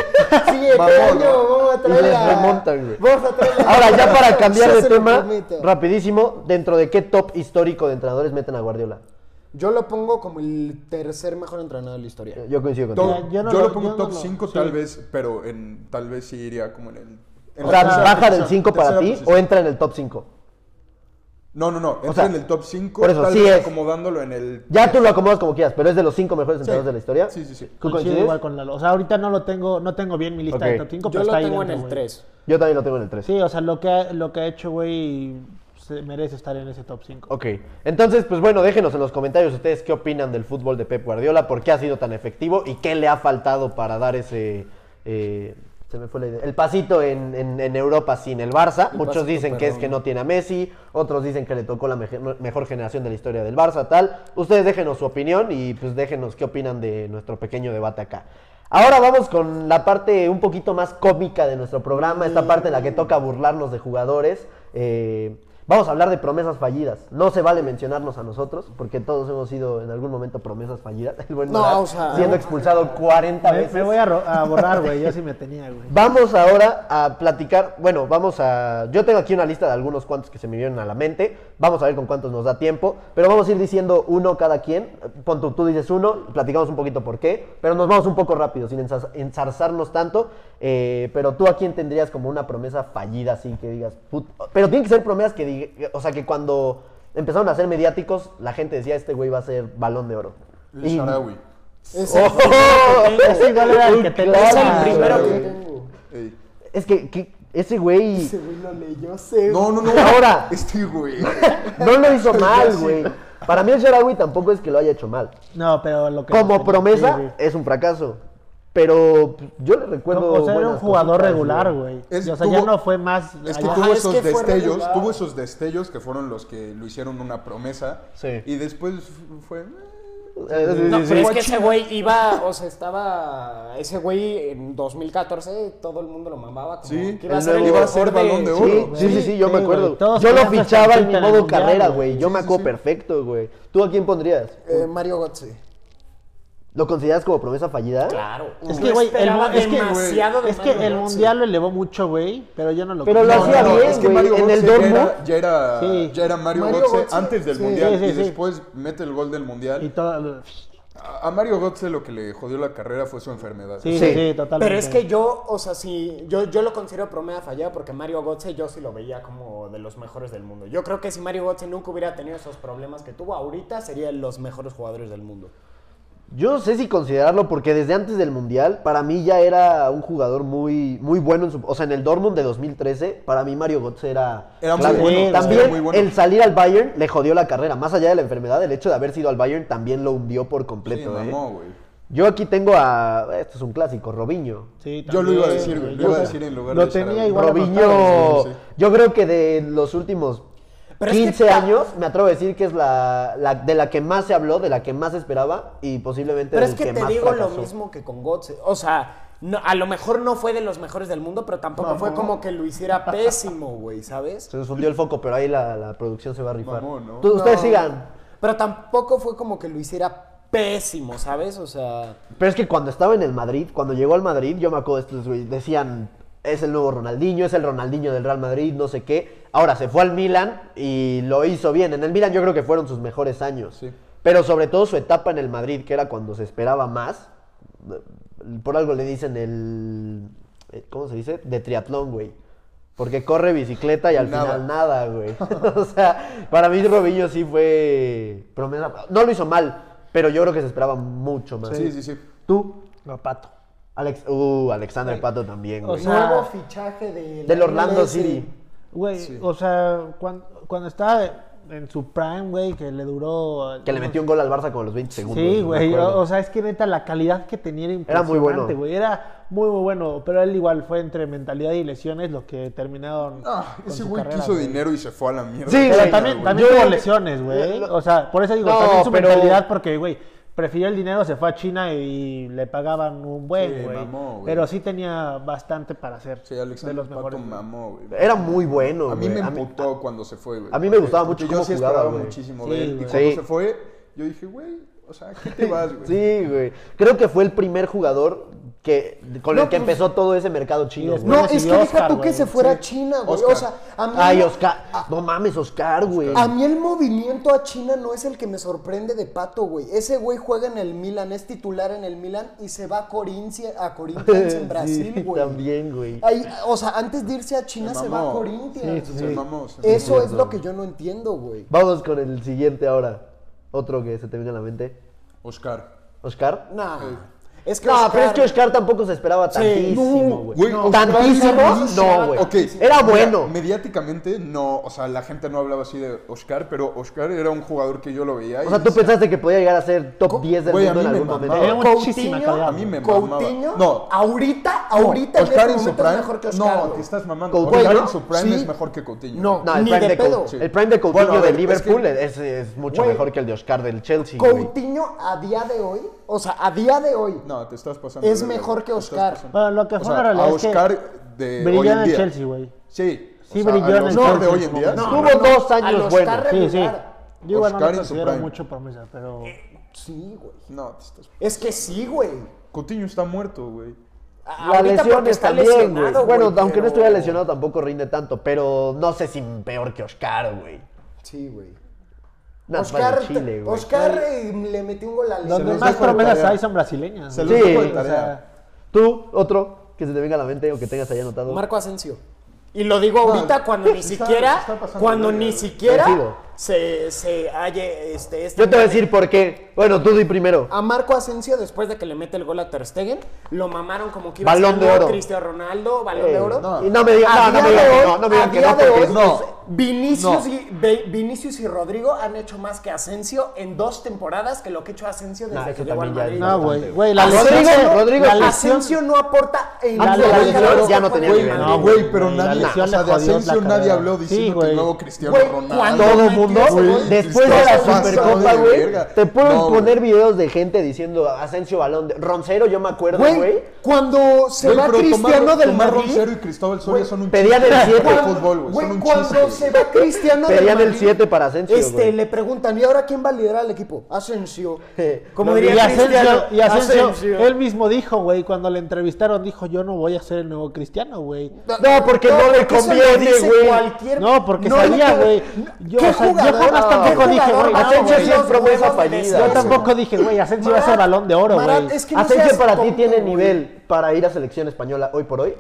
siguiente Mamón, año ¿no? vamos a Y traer les a- remontan, güey. Vamos a traer a- Ahora, ya para cambiar Ya de se lo tema, prometo. rapidísimo, ¿dentro de qué top histórico de entrenadores meten a Guardiola? Yo lo pongo como el tercer mejor entrenador de la historia. Yo coincido contigo. Top- Ya, yo, yo no lo, lo- pongo yo no top lo- 5 tal vez, pero en tal vez sí iría como en el... en O sea, la tercera- ¿baja del tercera- 5 para tercera ti posición. o entra en el top 5? No, no, no, entra sea, en el top 5, por eso, tal sí vez es. acomodándolo en el... Ya tú lo acomodas como quieras, pero es de los 5 mejores entrenadores de la historia. Sí, sí, sí. ¿Tú Coincido coincides? igual con Lalo. O sea, ahorita no lo tengo, no tengo bien mi lista Ok. de top 5, Yo pero lo está ahí tengo en dentro, el güey. 3. Yo también lo tengo en el 3. Sí, o sea, lo que ha, lo que ha hecho, güey, se merece estar en ese top 5. Ok, entonces pues bueno, déjenos en los comentarios ustedes qué opinan del fútbol de Pep Guardiola, por qué ha sido tan efectivo y qué le ha faltado para dar ese... eh, se me fue la idea. El pasito en, en- en Europa sin el Barça. El Muchos pasito, dicen que es perdón. que no tiene a Messi, otros dicen que le tocó la meje- mejor generación de la historia del Barça, tal. Ustedes déjenos su opinión y pues déjenos qué opinan de nuestro pequeño debate acá. Ahora vamos con la parte un poquito más cómica de nuestro programa, esta Mm. parte en la que toca burlarnos de jugadores. Eh, vamos a hablar de promesas fallidas. No se vale mencionarnos a nosotros, porque todos hemos sido en algún momento promesas fallidas. El buen No, Morat o sea, siendo expulsado 40 Me, veces. me voy a, ro- a borrar, güey. Yo sí me tenía, güey. Vamos ahora a platicar, bueno, vamos a... Yo tengo aquí una lista de algunos cuantos que se me vienen a la mente, vamos a ver con cuántos nos da tiempo, pero vamos a ir diciendo uno cada quien, pon tú, tú dices uno, platicamos un poquito por qué, pero nos vamos un poco rápido, sin ensar- ensarzarnos tanto, eh, pero tú a quién tendrías como una promesa fallida, así que digas, "Put-". pero tienen que ser promesas que, diga- o sea, que cuando empezaron a ser mediáticos, la gente decía, este güey va a ser balón de oro. El Y- Sharawi. Ese ¡Oh! Ese igual era el que tenía. es el Claro, primero que güey. tengo. Ey. Es que, que ese güey... Ese güey lo leyó, sé. No, no, no. Ahora. Este güey. No lo hizo mal, sí. güey. Para mí el Sharawi tampoco es que lo haya hecho mal. No, pero lo que. Como sí, promesa güey. es un fracaso. Pero pues, yo le recuerdo. o sea, era un buenas jugador cositas, regular, güey. Es- Y, O sea, ya tuvo- no fue más. Es que allá. Ah, tuvo Ajá, es esos que fue destellos, regular. tuvo esos destellos que fueron los que lo hicieron una promesa. Sí. Y después f- fue... eh, Eh, sí, No, sí, pero sí. es que ese güey iba, o sea, estaba. Ese güey en 2014 todo el mundo lo mamaba. Como Sí, que iba a el ser el nuevo- mejor iba a ser Balón de de Oro. Sí, güey. sí, sí, sí, yo Sí, me güey, acuerdo. todos Yo lo querían ser fichaba en mi campeón en el modo mundial, carrera, güey. güey. Yo Sí, me sí, acuerdo sí. perfecto, güey. ¿Tú a quién pondrías? Eh, Mario Götze. ¿Lo consideras como promesa fallida? Claro. Es Yo que, güey, el esperaba mu- es que, güey, demasiado de es que Mario el Götze. mundial lo elevó mucho, güey. Pero yo no lo Pero lo creo. hacía bien, güey. En el Götze ya Dortmund- era- ya era, Sí. ya era Mario, Mario Götze Götze, antes del sí. Mundial Sí, sí, y sí. después mete el gol del Mundial. Y todo. A a Mario Götze lo que le jodió la carrera fue su enfermedad. Sí, Sí. sí, sí, totalmente. Pero es que yo, o sea, sí, yo, yo lo considero promedio fallado porque Mario Götze yo sí lo veía como de los mejores del mundo. Yo creo que si Mario Götze nunca hubiera tenido esos problemas que tuvo, ahorita sería de los mejores jugadores del mundo. Yo no sé si considerarlo porque desde antes del Mundial para mí ya era un jugador muy, muy bueno. En su, o sea, en el Dortmund de 2013 para mí Mario Götze era... Era muy clave. bueno, era También muy bueno. el salir al Bayern le jodió la carrera. Más allá de la enfermedad, el hecho de haber sido al Bayern también lo hundió por Sí, completo. ¿eh? mamó, güey. Yo aquí tengo a... Esto es un clásico, Robinho. Sí, Yo lo también, iba a decir, güey. Lo iba a decir en lugar Lo de tenía Sarabia. igual. Robinho, sí, sí. yo creo que de los últimos Pero es que 15 ta- años, me atrevo a decir que es la, la- de la que más se habló, de la que más se esperaba y Este posiblemente Pero del es que, te más digo fracasó. lo mismo que con Götze. O sea, no- a lo mejor no fue de los mejores del mundo, pero tampoco fue como que lo hiciera pésimo, güey, ¿sabes? Se nos hundió el foco, pero ahí la, la producción se va a rifar. Mamón, ¿no? Tú- Ustedes No. sigan. Pero tampoco fue como que lo hiciera pésimo, ¿sabes? O sea... Pero es que cuando estaba en el Madrid, cuando llegó al Madrid, yo me acuerdo de estos güeyes, decían, es el nuevo Ronaldinho, es el Ronaldinho del Real Madrid, no sé qué. Ahora se fue al Milan y lo hizo bien. En el Milan yo creo que fueron sus mejores años. Sí. Pero sobre todo su etapa en el Madrid, que era cuando se esperaba más. Por algo le dicen el... eh, ¿Cómo se dice? De triatlón, güey. Porque corre bicicleta y al Nada. final nada, güey. o sea, para mí Robinho sí fue promesa. No lo hizo mal, pero yo creo que se esperaba mucho más. Sí, sí, sí. Tú, No, pato. Alex, uh, Alexander Pato también, O güey. sea, nuevo fichaje del... del Orlando MLS. City. Güey, o sea, cuan- cuando, estaba en su prime, güey, que le duró... Que le metió un gol al Barça como a los 20 segundos. Sí, me güey. acuerdo. O, o sea, es que neta, la calidad que tenía era Era impresionante, muy bueno. güey. Era muy, muy bueno. Pero él igual fue entre mentalidad y lesiones los que terminaron. Ah, con ese su güey carrera, quiso güey. dinero y se fue a la mierda. Sí, Pero güey, también, no, también yo tuvo creo que- lesiones, güey. lo- O sea, por eso digo, No, también su pero- mentalidad, porque, güey, prefirió el dinero, se fue a China y le pagaban un Sí, buen, güey. mamó, güey. pero sí tenía bastante para hacer. Sí, de Alexander los Pato mejores. güey. mamó, güey. Era muy bueno, A mí güey. me emputó cuando se fue, güey. a mí me Porque- gustaba mucho porque cómo Yo sí jugaba, esperaba güey. muchísimo Sí, de él. Y güey. cuando Sí. se fue, yo dije, güey, o sea, ¿qué te vas, güey? Sí, güey. Creo que fue el primer jugador que, con el No, que pues- empezó todo ese mercado chino, güey. Sí, No, Bueno, es sí, que deja Oscar, tú güey. que se fuera Sí. a China, güey. Oscar. O sea, a mí, Ay, Oscar. No mames, Oscar, güey. a mí el movimiento a China no es el que me sorprende de Pato, güey. Ese güey juega en el Milan, es titular en el Milan y se va a Corinthians, a Corinthians en Sí, Brasil, güey. también, güey. Ahí, o sea, antes de irse a China Se se va a mamó. Corinthians. Sí, se mamó, se Eso mamó. es lo que yo no entiendo, güey. Vamos con el siguiente ahora. Otro que se te venga a la mente. Oscar. ¿Oscar? Nah. Es que No, Oscar- pero es que Oscar tampoco se esperaba tantísimo, güey. Güey, Oscar ¿Tantísimo? era buenísimo. No, güey. Ok, Era mira, bueno. mediáticamente, no, o sea, la gente no hablaba así de Oscar, pero Oscar era un jugador que yo lo veía. y O sea, tú decía, pensaste que podía llegar a ser top Co- 10 del güey, a mundo en mí me algún mamaba. momento. Tenía muchísima Coutinho, calidad. A mí me Coutinho, mamaba. No. ahorita, ahorita Oscar en en este su momento es prime. mejor que Oscar. no, güey. Pues te estás mamando. Coutinho, Oscar ¿no? en su prime Sí. es mejor que Coutinho. No, güey. No, el Ni prime de de, pedo. Cou- el prime de Coutinho Bueno, a ver, de es que- Liverpool es, es mucho Güey. mejor que el de Oscar del Chelsea, güey. Coutinho a día de hoy, o sea, a día de hoy, No, te estás pasando. Es de verga, mejor que te estás Oscar. pasando. Bueno, lo que O fue sea, la realidad a es que Oscar de brilló hoy en en el día. Chelsea, güey. Sí. o Sí, sea, brilló al en el Oscar de Chelsea, hoy en día. no, sí. Tuvo dos años a los buenos. Carre Sí, sí. regular. Yo igual no Oscar en su considero prime. mucho promesa, pero... Sí, güey. No, te estás. Es que sí, güey. Coutinho está muerto, güey. A- La ahorita lesión porque está también, güey. lesionado, Bueno, güey, aunque pero- no estuviera lesionado tampoco rinde tanto, pero no sé si peor que Oscar, güey. Sí, güey. Nada más Oscar, en Chile, güey. Oscar eh, le metió un gol al Donde los más dejo de promesas tarea. hay son brasileñas. Se güey. los Sí, dejo de o tarea. Tú, otro que se te venga a la mente o que tengas ahí anotado. Marco Asensio. Y lo digo ahorita cuando ni está- siquiera, está pasando cuando de- ni siquiera Parecido. se, se halle este, este- Yo te voy a decir por qué. Bueno, tú di primero. A Marco Asensio, después de que le mete el gol a Ter Stegen, lo mamaron como que iba Balón a ser de el nuevo oro. Cristiano Ronaldo, Balón Eh, de Oro. Y no me digas A no, no día me de digas que hoy- no, no me a digas que día no, de porque hoy, no. No. Vinicius, Y, Ve- Vinicius y Rodrigo han hecho más que Asensio en dos temporadas que lo que ha hecho Asensio desde Nah, eso que llegó al también ya Madrid. es No, Ah, güey. güey, la Rodrigo, lesión- Rodrigo la sí. lesión- Asensio no aporta en Antes de Ah, la Liga lesión Carlos ya no Juan tenía Madrid. nivel. No, No, güey, güey, pero la nadie. lesión O sea, le de jodió la Asensio nadie carrera. habló Sí, diciendo que güey. el nuevo Cristiano Güey, Ronaldo. cuando todo metió mundo ese gol, después de la estás pasado Supercopa, de güey. verga. Te puedo No, güey. poner videos de gente diciendo Asensio Balón de Roncero, yo me acuerdo, Güey, güey. cuando se Güey, va pero Cristiano tomar- del tomar Madrid. Roncero y Cristóbal Soria son un pedían el chiste siete. de fútbol, güey. Güey, Son un cuando chiste, güey. se va Cristiano del Pedían el Madrid. 7 para Asensio, Este, güey. le preguntan, ¿y ahora quién va a liderar el equipo? Asensio. Como No, diría Y Asensio, Cristiano, y Asensio, Asensio. él mismo dijo, güey, cuando le entrevistaron, dijo, yo no voy a ser el nuevo Cristiano, güey. No, porque no le eso lo conviene, dice güey. cualquier- No, porque le sabía, con- güey. Yo, ¿Qué o sea, yo jugador? jamás No, tampoco ¿qué dije, jugador? güey, Asensio güey, sí es los promesa huevos fallida, de Yo Yo César. Eso. tampoco dije, güey, Asensio va a ser Marat- balón de oro, Marat, güey. es que no Asensio seas para ti tonto, tiene güey. nivel para ir a selección española hoy por hoy,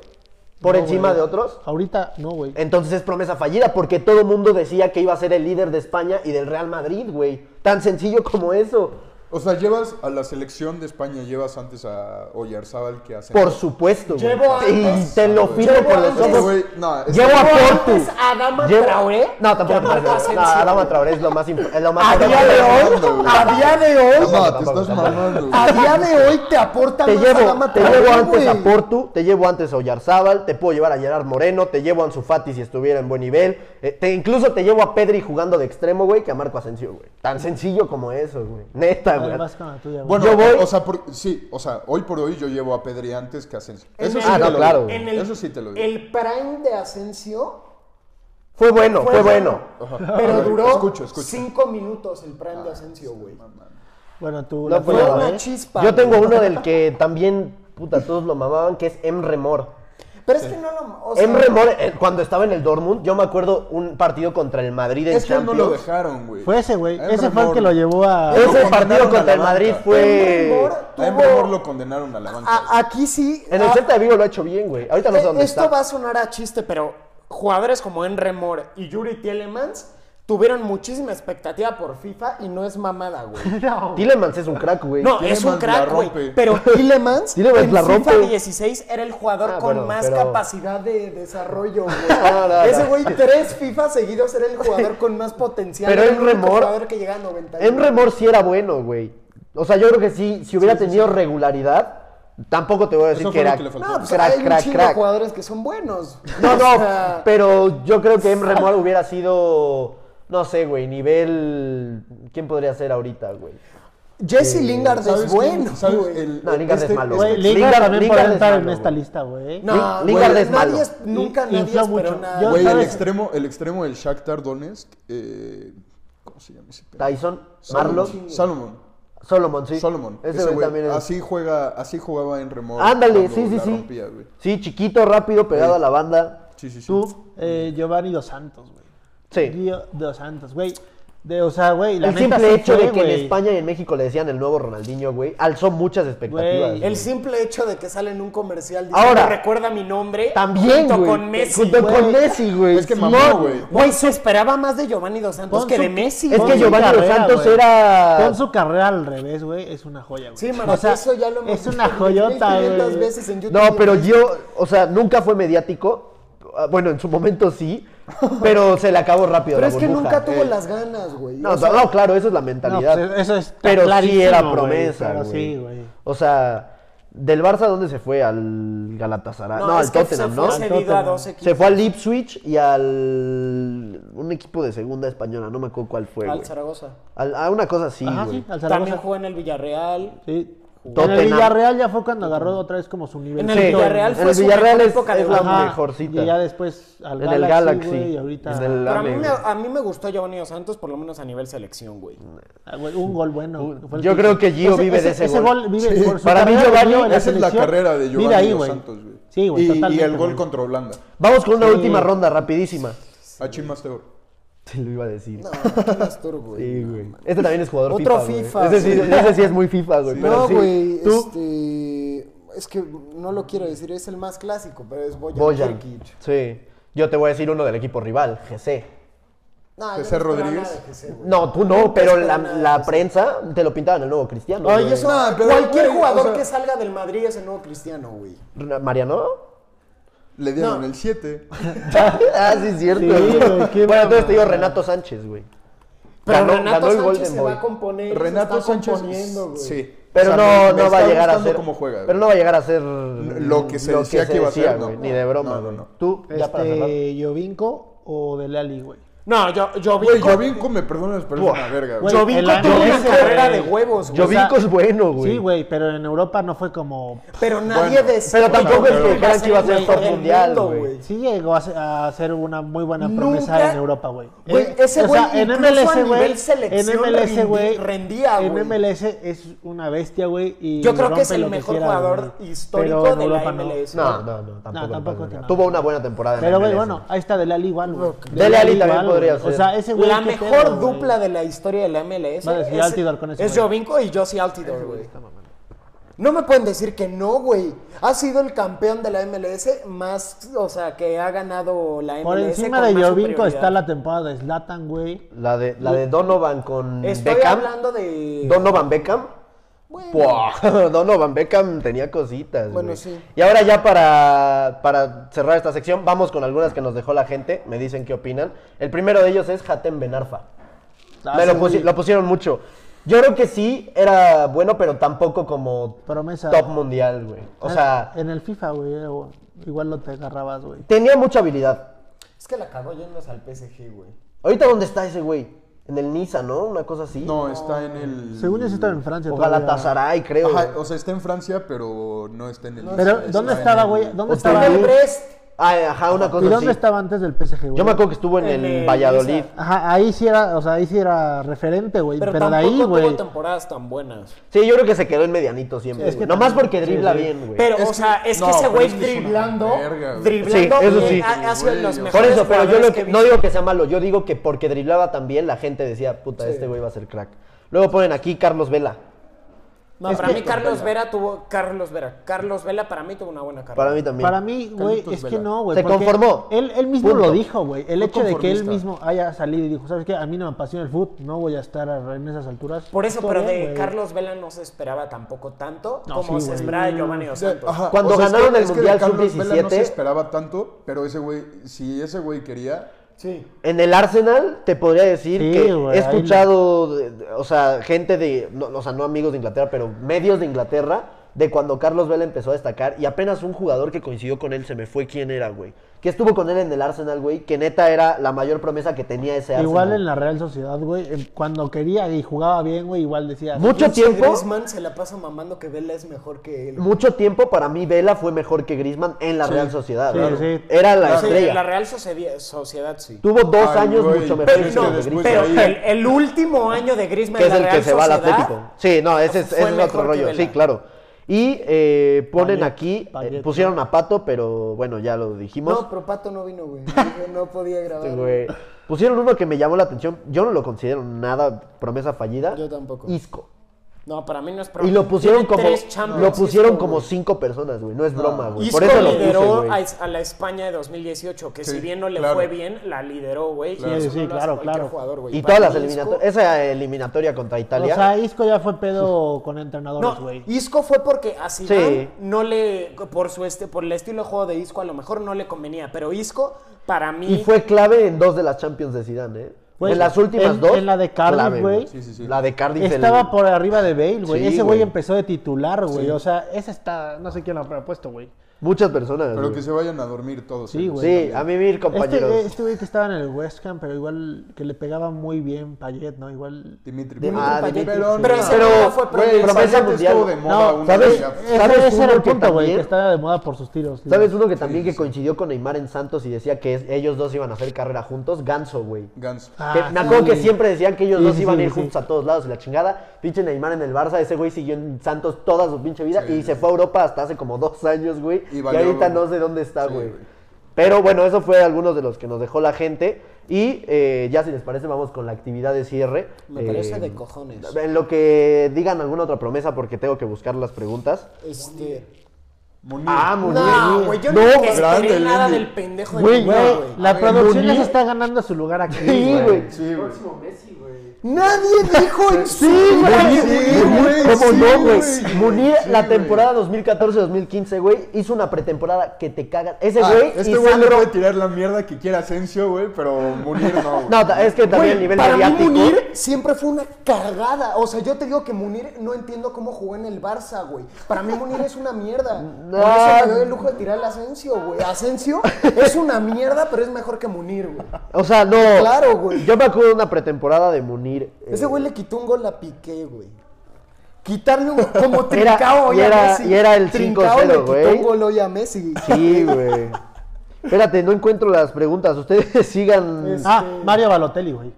por No, encima güey. de otros. Ahorita no, güey. Eh, Entonces es promesa fallida porque todo el mundo decía que iba a ser el líder de España y del Real Madrid, güey. Tan sencillo como eso. O sea, llevas a la selección de España, llevas antes a Oyarzábal que hace. Por supuesto, güey. Llevo antes- Y te lo firmo Llevo por los antes- ojos. Güey, no, es Llevo que- a Llevo Portu. antes a Adama Traoré No, tampoco. que a Paco No, Asensio. Adama Traoré es lo más imp- es lo más A día importante de del mundo, hoy, güey. a día de hoy, No, te estás mamando. a día de hoy te aporta Te más llevo, Adama te Traoré, llevo antes güey. a Portu, te llevo antes a Oyarzábal, te puedo llevar a Gerard Moreno, te llevo a Ansu Fati si estuviera en buen nivel, eh, te, incluso te llevo a Pedri jugando de extremo, güey, que a Marco Asensio, güey. Tan sencillo como eso, güey. Neta, Dale, güey. vas con la tuya, güey. Bueno, Yo voy- o sea, por- sí, o sea, hoy por hoy yo llevo a Pedri antes que a Asensio. Eso el- sí Ah, te no, lo claro, digo. güey. En el- Eso sí te lo digo. El prime de Asensio Fue bueno, fue, Fue bueno. Ajá. A Pero ver, duró Escucho, escucho. Ah, cinco minutos el prime de Asensio, güey. Bueno, tú. No la fue tuya, una nada, güey. ¿eh? chispa, Yo tengo güey. uno del que también, puta, todos lo mamaban, que es Emre Mor. Pero es que no lo. o sea, Emre Mor, eh, cuando estaba en el Dortmund, yo me acuerdo un partido contra el Madrid en Es que él no Champions. lo dejaron, güey. Fue ese, güey. A Ese Emre fue el Mor- que lo llevó a. Eh, Lo Ese condenaron partido a contra la el Madrid banca. fue... Emre Mor A Emre Mor tuvo. lo condenaron a la banca. a- Aquí sí. En el a- Celta de Vigo lo ha hecho bien, güey. Ahorita no sé Ah. eh, dónde Esto está. va a sonar a chiste, pero jugadores como Emre Mor y Yuri Tielemans tuvieron muchísima expectativa por FIFA y no es mamada, güey. Tillemans es un crack, güey. No, Tielemans es un la crack, güey. rompe. Pero Tillemans Tielemans en la FIFA rompe. 16 era el jugador Ah, con bueno, más pero- capacidad de desarrollo, güey. No, no, Ese no. güey, tres FIFA seguidos era el jugador con más potencial. Pero era Emre el único Mor- jugador que llega a 90. Emre Mor sí era bueno, güey. O sea, yo creo que sí, si hubiera tenido regularidad, tampoco te voy a decir Eso que fue lo era que le faltó. No, pues crack, hay un crack, chingo de crack. jugadores que son buenos. No, O no, sea, pero yo creo que Emre Mor hubiera sido, no sé, güey, nivel... ¿Quién podría ser ahorita, güey? Jesse Eh, Lingard ¿Sabes es quién? bueno, ¿Sabes? güey. El- No, Lingard este- es malo, Güey, este- Lingard Lingard- también Lingard podría es estar en malo, esta güey. lista, güey. No, Li- Lingard güey, es nadie malo. es- nunca In- nadie infló esperó mucho. nada. Yo- Güey, el ¿sabes? extremo, el extremo del Shakhtar Donetsk, eh, ¿cómo se llama ese? pedo? Tyson, Solomon. Marlon, Solomon. Solomon, sí. Solomon. Ese Ese güey güey, también es... Así juega, así jugaba en remor. Ándale, cuando sí, sí, la sí. rompía, güey. sí, chiquito, rápido, pegado Sí. a la banda. Sí, sí, sí. Tú, eh, Giovanni Dos Santos, güey. Sí. Guido Dos Santos, güey. De, o sea, güey, la el neta simple sí hecho fue, de que en güey. España y en México le decían el nuevo Ronaldinho, güey, alzó muchas expectativas. Güey, güey. El simple hecho de que sale en un comercial diciendo Ahora, recuerda mi nombre También, junto güey. con Messi. Junto güey. con Messi, güey. Es que Sí, mamó, no, güey. Güey, se esperaba más de Giovanni Dos Santos Pon que su- de Messi. Es pon que su güey. Giovanni Dos Santos era- Con su carrera al revés, güey, es una joya, güey. Sí, mano, eso ya lo hemos Es una visto 1500 joyota, güey. veces en YouTube. No, pero yo, o sea, nunca fue mediático. Ah, Bueno, en su momento sí, pero se le acabó rápido la Pero es que burbuja. nunca tuvo Eh, las ganas, güey. No, O sea, no, claro, eso es la No, mentalidad. pues, eso es pero sí clarísimo, era güey, promesa, pero güey. sí, güey. O sea, del Barça, ¿dónde se fue? Al Galatasaray. No, es al que Tottenham, se ¿no? Fue cedido a Tottenham. dos Se equipos. fue al Ipswich y al. Un equipo de segunda española, no me acuerdo cuál fue. güey. al Zaragoza. Al- a una cosa así, Ajá, güey. sí, al También Zaragoza. jugó en el Villarreal. Sí. En Tottenham. el Villarreal ya fue cuando agarró otra vez como su nivel. En el Sí. Villarreal En fue el su Villarreal mejor es- época de es la Galaxy. Ajá, mejor cita. Y ya después al En el Galaxy, Galaxy, güey, y ahorita... en el- Pero a mí, Dame, me, güey. a mí me gustó Giovanni Dos Santos, por lo menos a nivel selección, güey. Ah, güey, Un gol bueno. Un- Fue el yo creo que Gio Ese- vive de ese gol. vive Sí. por su Para mí, carrera, Giovanni, Gio en Esa es la selección, carrera de vive Giovanni ahí, Dos güey. Santos, güey. Sí, güey, Y- y, totalmente, el gol güey. contra Holanda. Vamos con una Sí. última ronda, rapidísima. A Chimasteur. Te lo iba a decir. No, qué lastor, güey. Sí, güey. Este también es jugador Otro güey. FIFA, Ese sí, güey. ese sí es muy FIFA, güey. pero No, sí. güey, Tú, este... Es que no lo quiero decir, es el más clásico, pero es Boyan, Boyan. Kirkic. Sí. Yo te voy a decir uno del equipo rival, GC. José No, yo no esperaba Rodríguez. nada de José, güey. No, tú no, pero pues, la, esperaba nada la de José. prensa te lo pintaban el nuevo Cristiano. Ay, Ah, güey. eso- Nah, pero, cualquier güey, jugador o sea- que salga del Madrid es el nuevo Cristiano, güey. ¿Mariano? Le dieron No. el 7. ah, sí, es cierto. Sí, güey, qué bueno, entonces te digo mamada. Renato Sánchez, güey. Pero Ganó- ganó Renato el Sánchez Golden se va Boy. a componer. se Renato está Sánchez. componiendo, güey. Sí. Pero O sea, no, me- me no va a está llegar a gustando ser. cómo juega, pero güey. no va a llegar a ser. Lo que se decía que iba a ser, güey, no. Ni de broma, No, no, güey. Este, no. Tú, ya para cerrar. Este, Jovinko o Delali, güey. No, yo, yo vi. Güey, Jovinko, me perdonas, pero es Buah. una verga, güey. Güey, Jovinko el tuvo una Angelese, carrera güey. de huevos, güey. Jovinko es bueno, güey. Sí, güey, pero en Europa no fue como. Pero nadie Bueno, des- pero tampoco güey, es que dijeran que iba a ser güey, top del mundial, mundo, güey. Sí llegó a, se- a ser una muy buena Nunca- promesa en Europa, güey. Güey, Eh, ese güey en incluso MLS, a güey, nivel selección en MLS, rendi- güey, rendía, güey. En MLS es una bestia, güey. y Yo creo que es rompe el lo mejor quiera, jugador güey. histórico Pero en de la Europa no. MLS. No, no, no, tampoco. No, tampoco no. que no. Tuvo una buena temporada. en la Pero, güey, MLS. bueno, ahí está Dele Ali igual, güey. Look, Dele Alli también igual, podría güey. ser. O sea, ese güey. la qué mejor pedo, güey. dupla de la historia de la MLS Va a decir es, Altidore con ese es güey. Jovinko y Josie Altidore, güey. No me pueden decir que no, güey. Ha sido el campeón de la MLS más, o sea, que ha ganado la MLS. Por encima con de más Jovinko superioridad. está la temporada de Zlatan, güey. La de, la de Donovan con Estoy Beckham. hablando de. Donovan Beckham. Bueno, Buah, Donovan Beckham tenía cositas. Bueno, güey. sí. Y ahora ya para, para cerrar esta sección, vamos con algunas que nos dejó la gente. Me dicen qué opinan. El primero de ellos es Hatem Benarfa. Ah, Me lo, pusi- lo pusieron mucho. Yo creo que sí, era bueno, pero tampoco como Promesa. top mundial, güey. O sea, En el FIFA, güey, era- igual lo te agarrabas, güey. tenía mucha habilidad. Es que la cagó yéndose al PSG, güey. ¿Ahorita dónde está ese güey? En el Niza, ¿no? Una cosa así. No, está en el... Según yo, sí estaba en Francia. O todavía. Galatasaray, creo. Ajá, güey. o sea, está en Francia, pero no está en el... Pero, ¿dónde en estaba, el- güey? o ¿Dónde estaba? tenía ahí? el Brest. Ah, ajá, una cosa ¿Y dónde así. estaba antes del PSG, güey? Yo me acuerdo que estuvo en, En el el Valladolid. Niza. Ajá, ahí sí era, o sea, ahí sí era referente, güey. Pero, Pero, de ahí, tampoco tuvo güey. temporadas tan buenas. Sí, yo creo que se quedó en medianito siempre. Es güey. que Nomás también- porque sí, dribla sí. bien, güey. Pero, Es o que- sea, es no, que ese pero güey es que es una driblando, verga, güey. driblando, Sí, eso eh, sí. ha, ha sido de Güey, los yo- Por mejores eso, pero yo jugadores lo que he que- no visto. digo que sea malo, yo digo que porque driblaba también la gente decía, puta, este güey va a ser crack. Luego ponen aquí Carlos Vela. No, Es para que- mí Carlos Vera tuvo, Carlos Vera, Carlos Vela para mí tuvo una buena carrera. Para mí también. Para mí, güey, Carlitos es que Vela. no, güey. Se porque conformó. Él, él mismo Punto. lo dijo, güey. El Fue hecho de que él conformista. mismo haya salido y dijo, ¿sabes qué? A mí no me apasiona el fútbol, no voy a estar a- en esas alturas. Por eso, Todo pero bien, de güey. Carlos Vela no se esperaba tampoco tanto No, como sí, se güey. esperaba de Giovanni Dos De- Santos. ajá, Cuando es ganaron el es de Mundial Carlos Sub-17. Vela No se esperaba tanto, pero ese güey, si ese güey quería, Sí. En el Arsenal te podría decir Sí, que güey, he ahí escuchado, de- de- o sea, gente de, no, o sea, no amigos de Inglaterra, pero medios de Inglaterra, de cuando Carlos Vela empezó a destacar y apenas un jugador que coincidió con él se me fue quién era, güey. Que estuvo con él en el Arsenal, güey, que neta era la mayor promesa que tenía ese Arsenal. Igual en la Real Sociedad, güey. eh, Cuando quería y jugaba bien, güey, igual decía. Mucho Pinche tiempo. Griezmann se la pasa mamando que Vela es mejor que él. Mucho tiempo para mí Vela fue mejor que Griezmann en la Sí. Real Sociedad. Sí, Claro. sí. Era la Sí, estrella. la Real Sociedad, Sociedad sí. Tuvo dos Ay, años güey, mucho pero mejores es que que no, después pero de ahí- el, el último año de Griezmann que es en Pues la el que Real se va al Sociedad, Atlético. Sí, no, ese es, fue ese es otro mejor que rollo, Vela. sí, claro. Y eh, ponen Payet, aquí, eh, Payet, pusieron a Pato, pero bueno, ya lo dijimos. No, pero Pato no vino, güey. Yo No podía grabar. Este, güey. Pusieron uno que me llamó la atención, yo no lo considero nada promesa fallida. Yo tampoco. Isco. No, para mí no es Y problema. lo pusieron Tiene como tres Champions, lo pusieron Isco, como güey. cinco personas, güey, no es broma, güey. Isco Por eso lo puse, lideró güey. a, es- a la España de 2018, que Sí, si bien no le claro. fue bien, la lideró, güey. Claro. Y eso Sí, sí, no lo hace claro, cualquier claro. jugador, güey. Y todas las Para mí, Isco- eliminatorias, esa eliminatoria contra Italia. O sea, Isco ya fue pedo con entrenadores, No, güey. Isco fue porque a Zidane Sí. no le por su este por el estilo de juego de Isco a lo mejor no le convenía, pero Isco para mí Y fue clave en dos de las Champions de Zidane, ¿eh? Güey, en las últimas en- dos. en la de Cardiff, clave, güey. Sí, sí, sí. La de Cardiff. el- Estaba por arriba de Bale, güey. Sí, Ese güey. güey empezó de titular, güey. O sea, ese está. No sé quién lo habrá puesto, güey. Muchas personas. pero güey. que se vayan a dormir todos. Sí, ellos. güey. Sí, a vivir, compañeros. Este, este güey que estaba en el West Ham, pero igual que le pegaba muy bien Payet, ¿no? Igual. Dimitri, Dimitri Payet. Payet, pero, sí. pero, Pero ese Pero, no fue güey, promesa. promesa Payet mundial. estuvo de moda No, una ¿sabes? Eh. verga. Ese, ¿Sabes ese era uno el que punto, güey, también- que estaba de moda por sus tiros. ¿Sabes uno que también sí, que coincidió con Neymar en Santos y decía que es- ellos dos iban a hacer carrera juntos? Ganso, güey. Ganso. Ah, Que me acuerdo sí. que siempre decían que ellos Sí, dos sí, iban sí, a ir sí. juntos a todos lados y la chingada. Pinche Neymar en el Barça, ese güey siguió en Santos toda su pinche vida Sí, y sí, se fue a Europa hasta hace como dos años, güey. Y Y, valió- ahorita no sé dónde está, Sí, güey. güey. Pero bueno, eso fue algunos de los que nos dejó la gente. Y eh, ya si les parece, vamos con la actividad de cierre. Me Eh, parece de cojones. En lo que digan alguna otra promesa, porque tengo que buscar las preguntas. Este Munir. Ah, Munir. no, güey, yo No, no, grande esperé el nada Indy. del pendejo de Güey, Neymar, güey, güey. La ver, producción ya Munir- se está ganando su lugar aquí. Sí, güey. Sí, güey. Nadie dijo en su Sí, vida güey. sí, güey, ¿Cómo sí, no, güey? güey. Munir, Sí, la güey. temporada 2014-2015, güey, hizo una pretemporada que te cagas. Ese Ah, güey y este güey le Sandro- puede tirar la mierda que quiera Asensio, güey, pero Munir no, güey. No, ta- es que también el Güey, nivel para mediático. mí Munir siempre fue una cagada. O sea, yo te digo que Munir no entiendo cómo jugó en el Barça, güey. Para mí Munir es una mierda. Por Ah. eso me doy el lujo de tirar a Asensio, güey. Asensio es una mierda, pero es mejor que Munir, güey. O sea, no. Claro, güey. Yo me acuerdo de una pretemporada de Munir. eh, Ese güey le quitó un gol a Piqué, güey. Quitarle un como Era- trincao y hoy a era- Messi. y era el Trincao 5-0, le quitó güey. un gol hoy a Messi. Sí, güey. Espérate, no encuentro las preguntas. Ustedes sigan. Es- Ah, Este- Mario Balotelli, güey.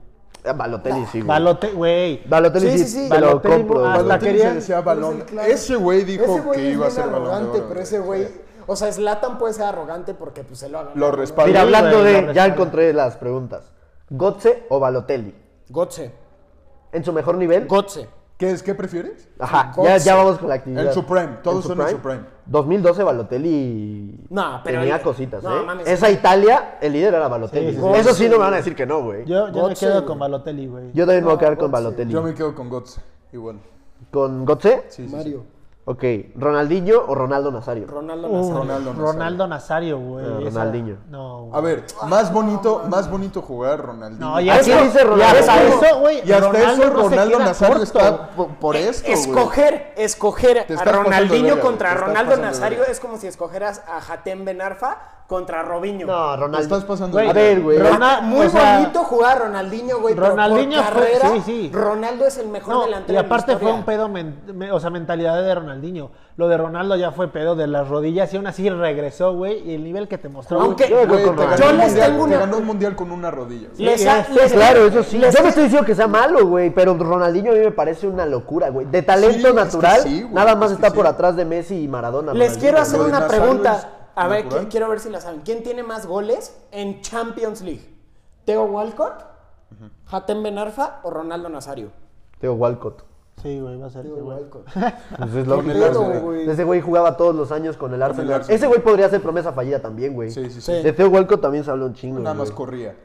Ah, Balotelli, sí, güey. Balotelli, güey. Balotelli, Sí, sí, sí, sí. te lo Balotelli, compro. hasta güey. que- quería- se decía balón. Pero es el Ese güey dijo Ese güey que es iba a bien ser balón. arrogante, de oro, pero ese güey, o sea, Zlatan puede ser arrogante porque pues se lo ha ganado. Lo ¿no? respalda. Mira, Sí, hablando güey, la de. Ya respuesta. encontré las preguntas. ¿Gotze o Balotelli? Gotze. ¿En su mejor nivel? Gotze. ¿Qué es? ¿Qué prefieres? Ajá, Gotze. ya, ya vamos con la actividad. El Supreme, todos son el Supreme. 2012 Balotelli No, pero tenía el- cositas, no, ¿eh? mames. Esa Italia, el líder era Balotelli. Sí, sí, güey. sí. Eso sí Gotze, no me van a güey. decir que no, güey. Yo, Yo, yo me Gotze, quedo güey. con Balotelli, güey. también me voy a No, quedar con Gotze. Balotelli. Yo me quedo con Gotze, igual. ¿Con Gotze? Sí, sí, sí. Mario. Ok, ¿Ronaldinho o Ronaldo Nazario? Ronaldo Uh, Nazario. Ronaldo Ronaldo, Nazario. Nazario, güey. Ah, Esa- Ronaldinho. No, güey. A ver, más bonito, más bonito jugar Ronaldinho. No, ya ¿A quién eso- dice Ronaldo? y hasta Ronaldo. eso, güey. Y hasta eso no se Ronaldo queda Nazario corto. está por, por E-, esto, güey. Escoger, escoger Te a estás pasando de Ronaldinho verga, contra te estás Ronaldo pasando de Nazario verga. es como si escogieras a Hatem Ben Arfa contra Robinho. No, Te Ronaldo. estás pasando. Güey, de A ver, güey. Ronaldo- Rona- muy o sea, bonito jugar a Ronaldinho, güey. Ronaldinho Ronaldinho pero por fue- carrera, sí, sí. Ronaldo es el mejor No, delantero. y de la aparte fue historia. un pedo, men- me- o sea, mentalidad de Ronaldinho. Lo de Ronaldo ya fue pedo de las rodillas y aún así regresó, güey. Y el nivel que te mostró. Aunque- Yo güey, me quedo Güey, con te ganó Ronaldo. Yo un les mundial- tengo te una- ganó un mundial con una rodilla. güey. Les ha- Sí, les- Pues Claro, eso sí. les- Yo no estoy diciendo que sea malo, güey, pero Ronaldinho a mí me parece una locura, güey. De Sí, es talento que natural, sí, güey, nada más es que está sí. por atrás de Messi y Maradona. Les Ronaldinho, quiero Lo hacer de una Nazario pregunta. es A ver, natural. que- quiero ver si la saben. ¿Quién tiene más goles en Champions League? ¿Teo Walcott? ¿Hatem Ben Arfa o Ronaldo Nazario? Teo Walcott. Sí, güey, va a ser. Teo ese, güey. Walcott. Pues es Con lógico, el Arsenal. güey. Ese güey jugaba todos los años con el Arsenal. Arsenal. Ese güey podría ser promesa fallida también, güey. Sí, sí, sí. Sí. De Teo Walcott también se habló un chingo. Nada más güey. corría.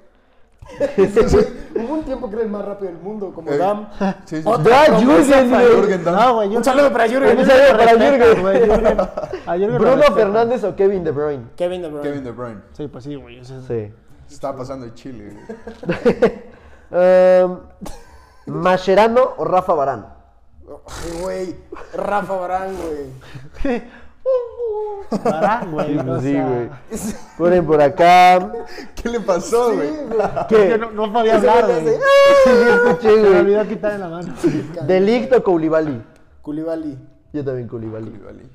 Hubo un tiempo que era el más rápido del mundo, como Eh, Dam. Sí, sí, sí. Otra Ah, promesa Jürgen, güey. fallida. Jürgen Damm. No, güey. yo- Un saludo para Jürgen. saludo Un saludo para para Jürgen. Jürgen. A Jürgen lo ¿Bruno respeto. Fernández o Kevin De Bruyne? Kevin De Bruyne. Kevin De Bruyne. Sí, pues sí, güey. ese es- Sí. Está pasando el Chile. güey. Em, ¿Mascherano o Rafa Barán? Ay, güey. Rafa Barán, güey. Barán, güey. o Sí, sea, güey. Ponen por acá. ¿Qué le pasó, güey? es que ¿Qué? no, no podía Ese hablar, güey güey. hace, Sí, escuché, Se me güey. olvidó quitarle la mano. ¿Delict o Koulibaly? Koulibaly. Yo también Koulibaly. Vale.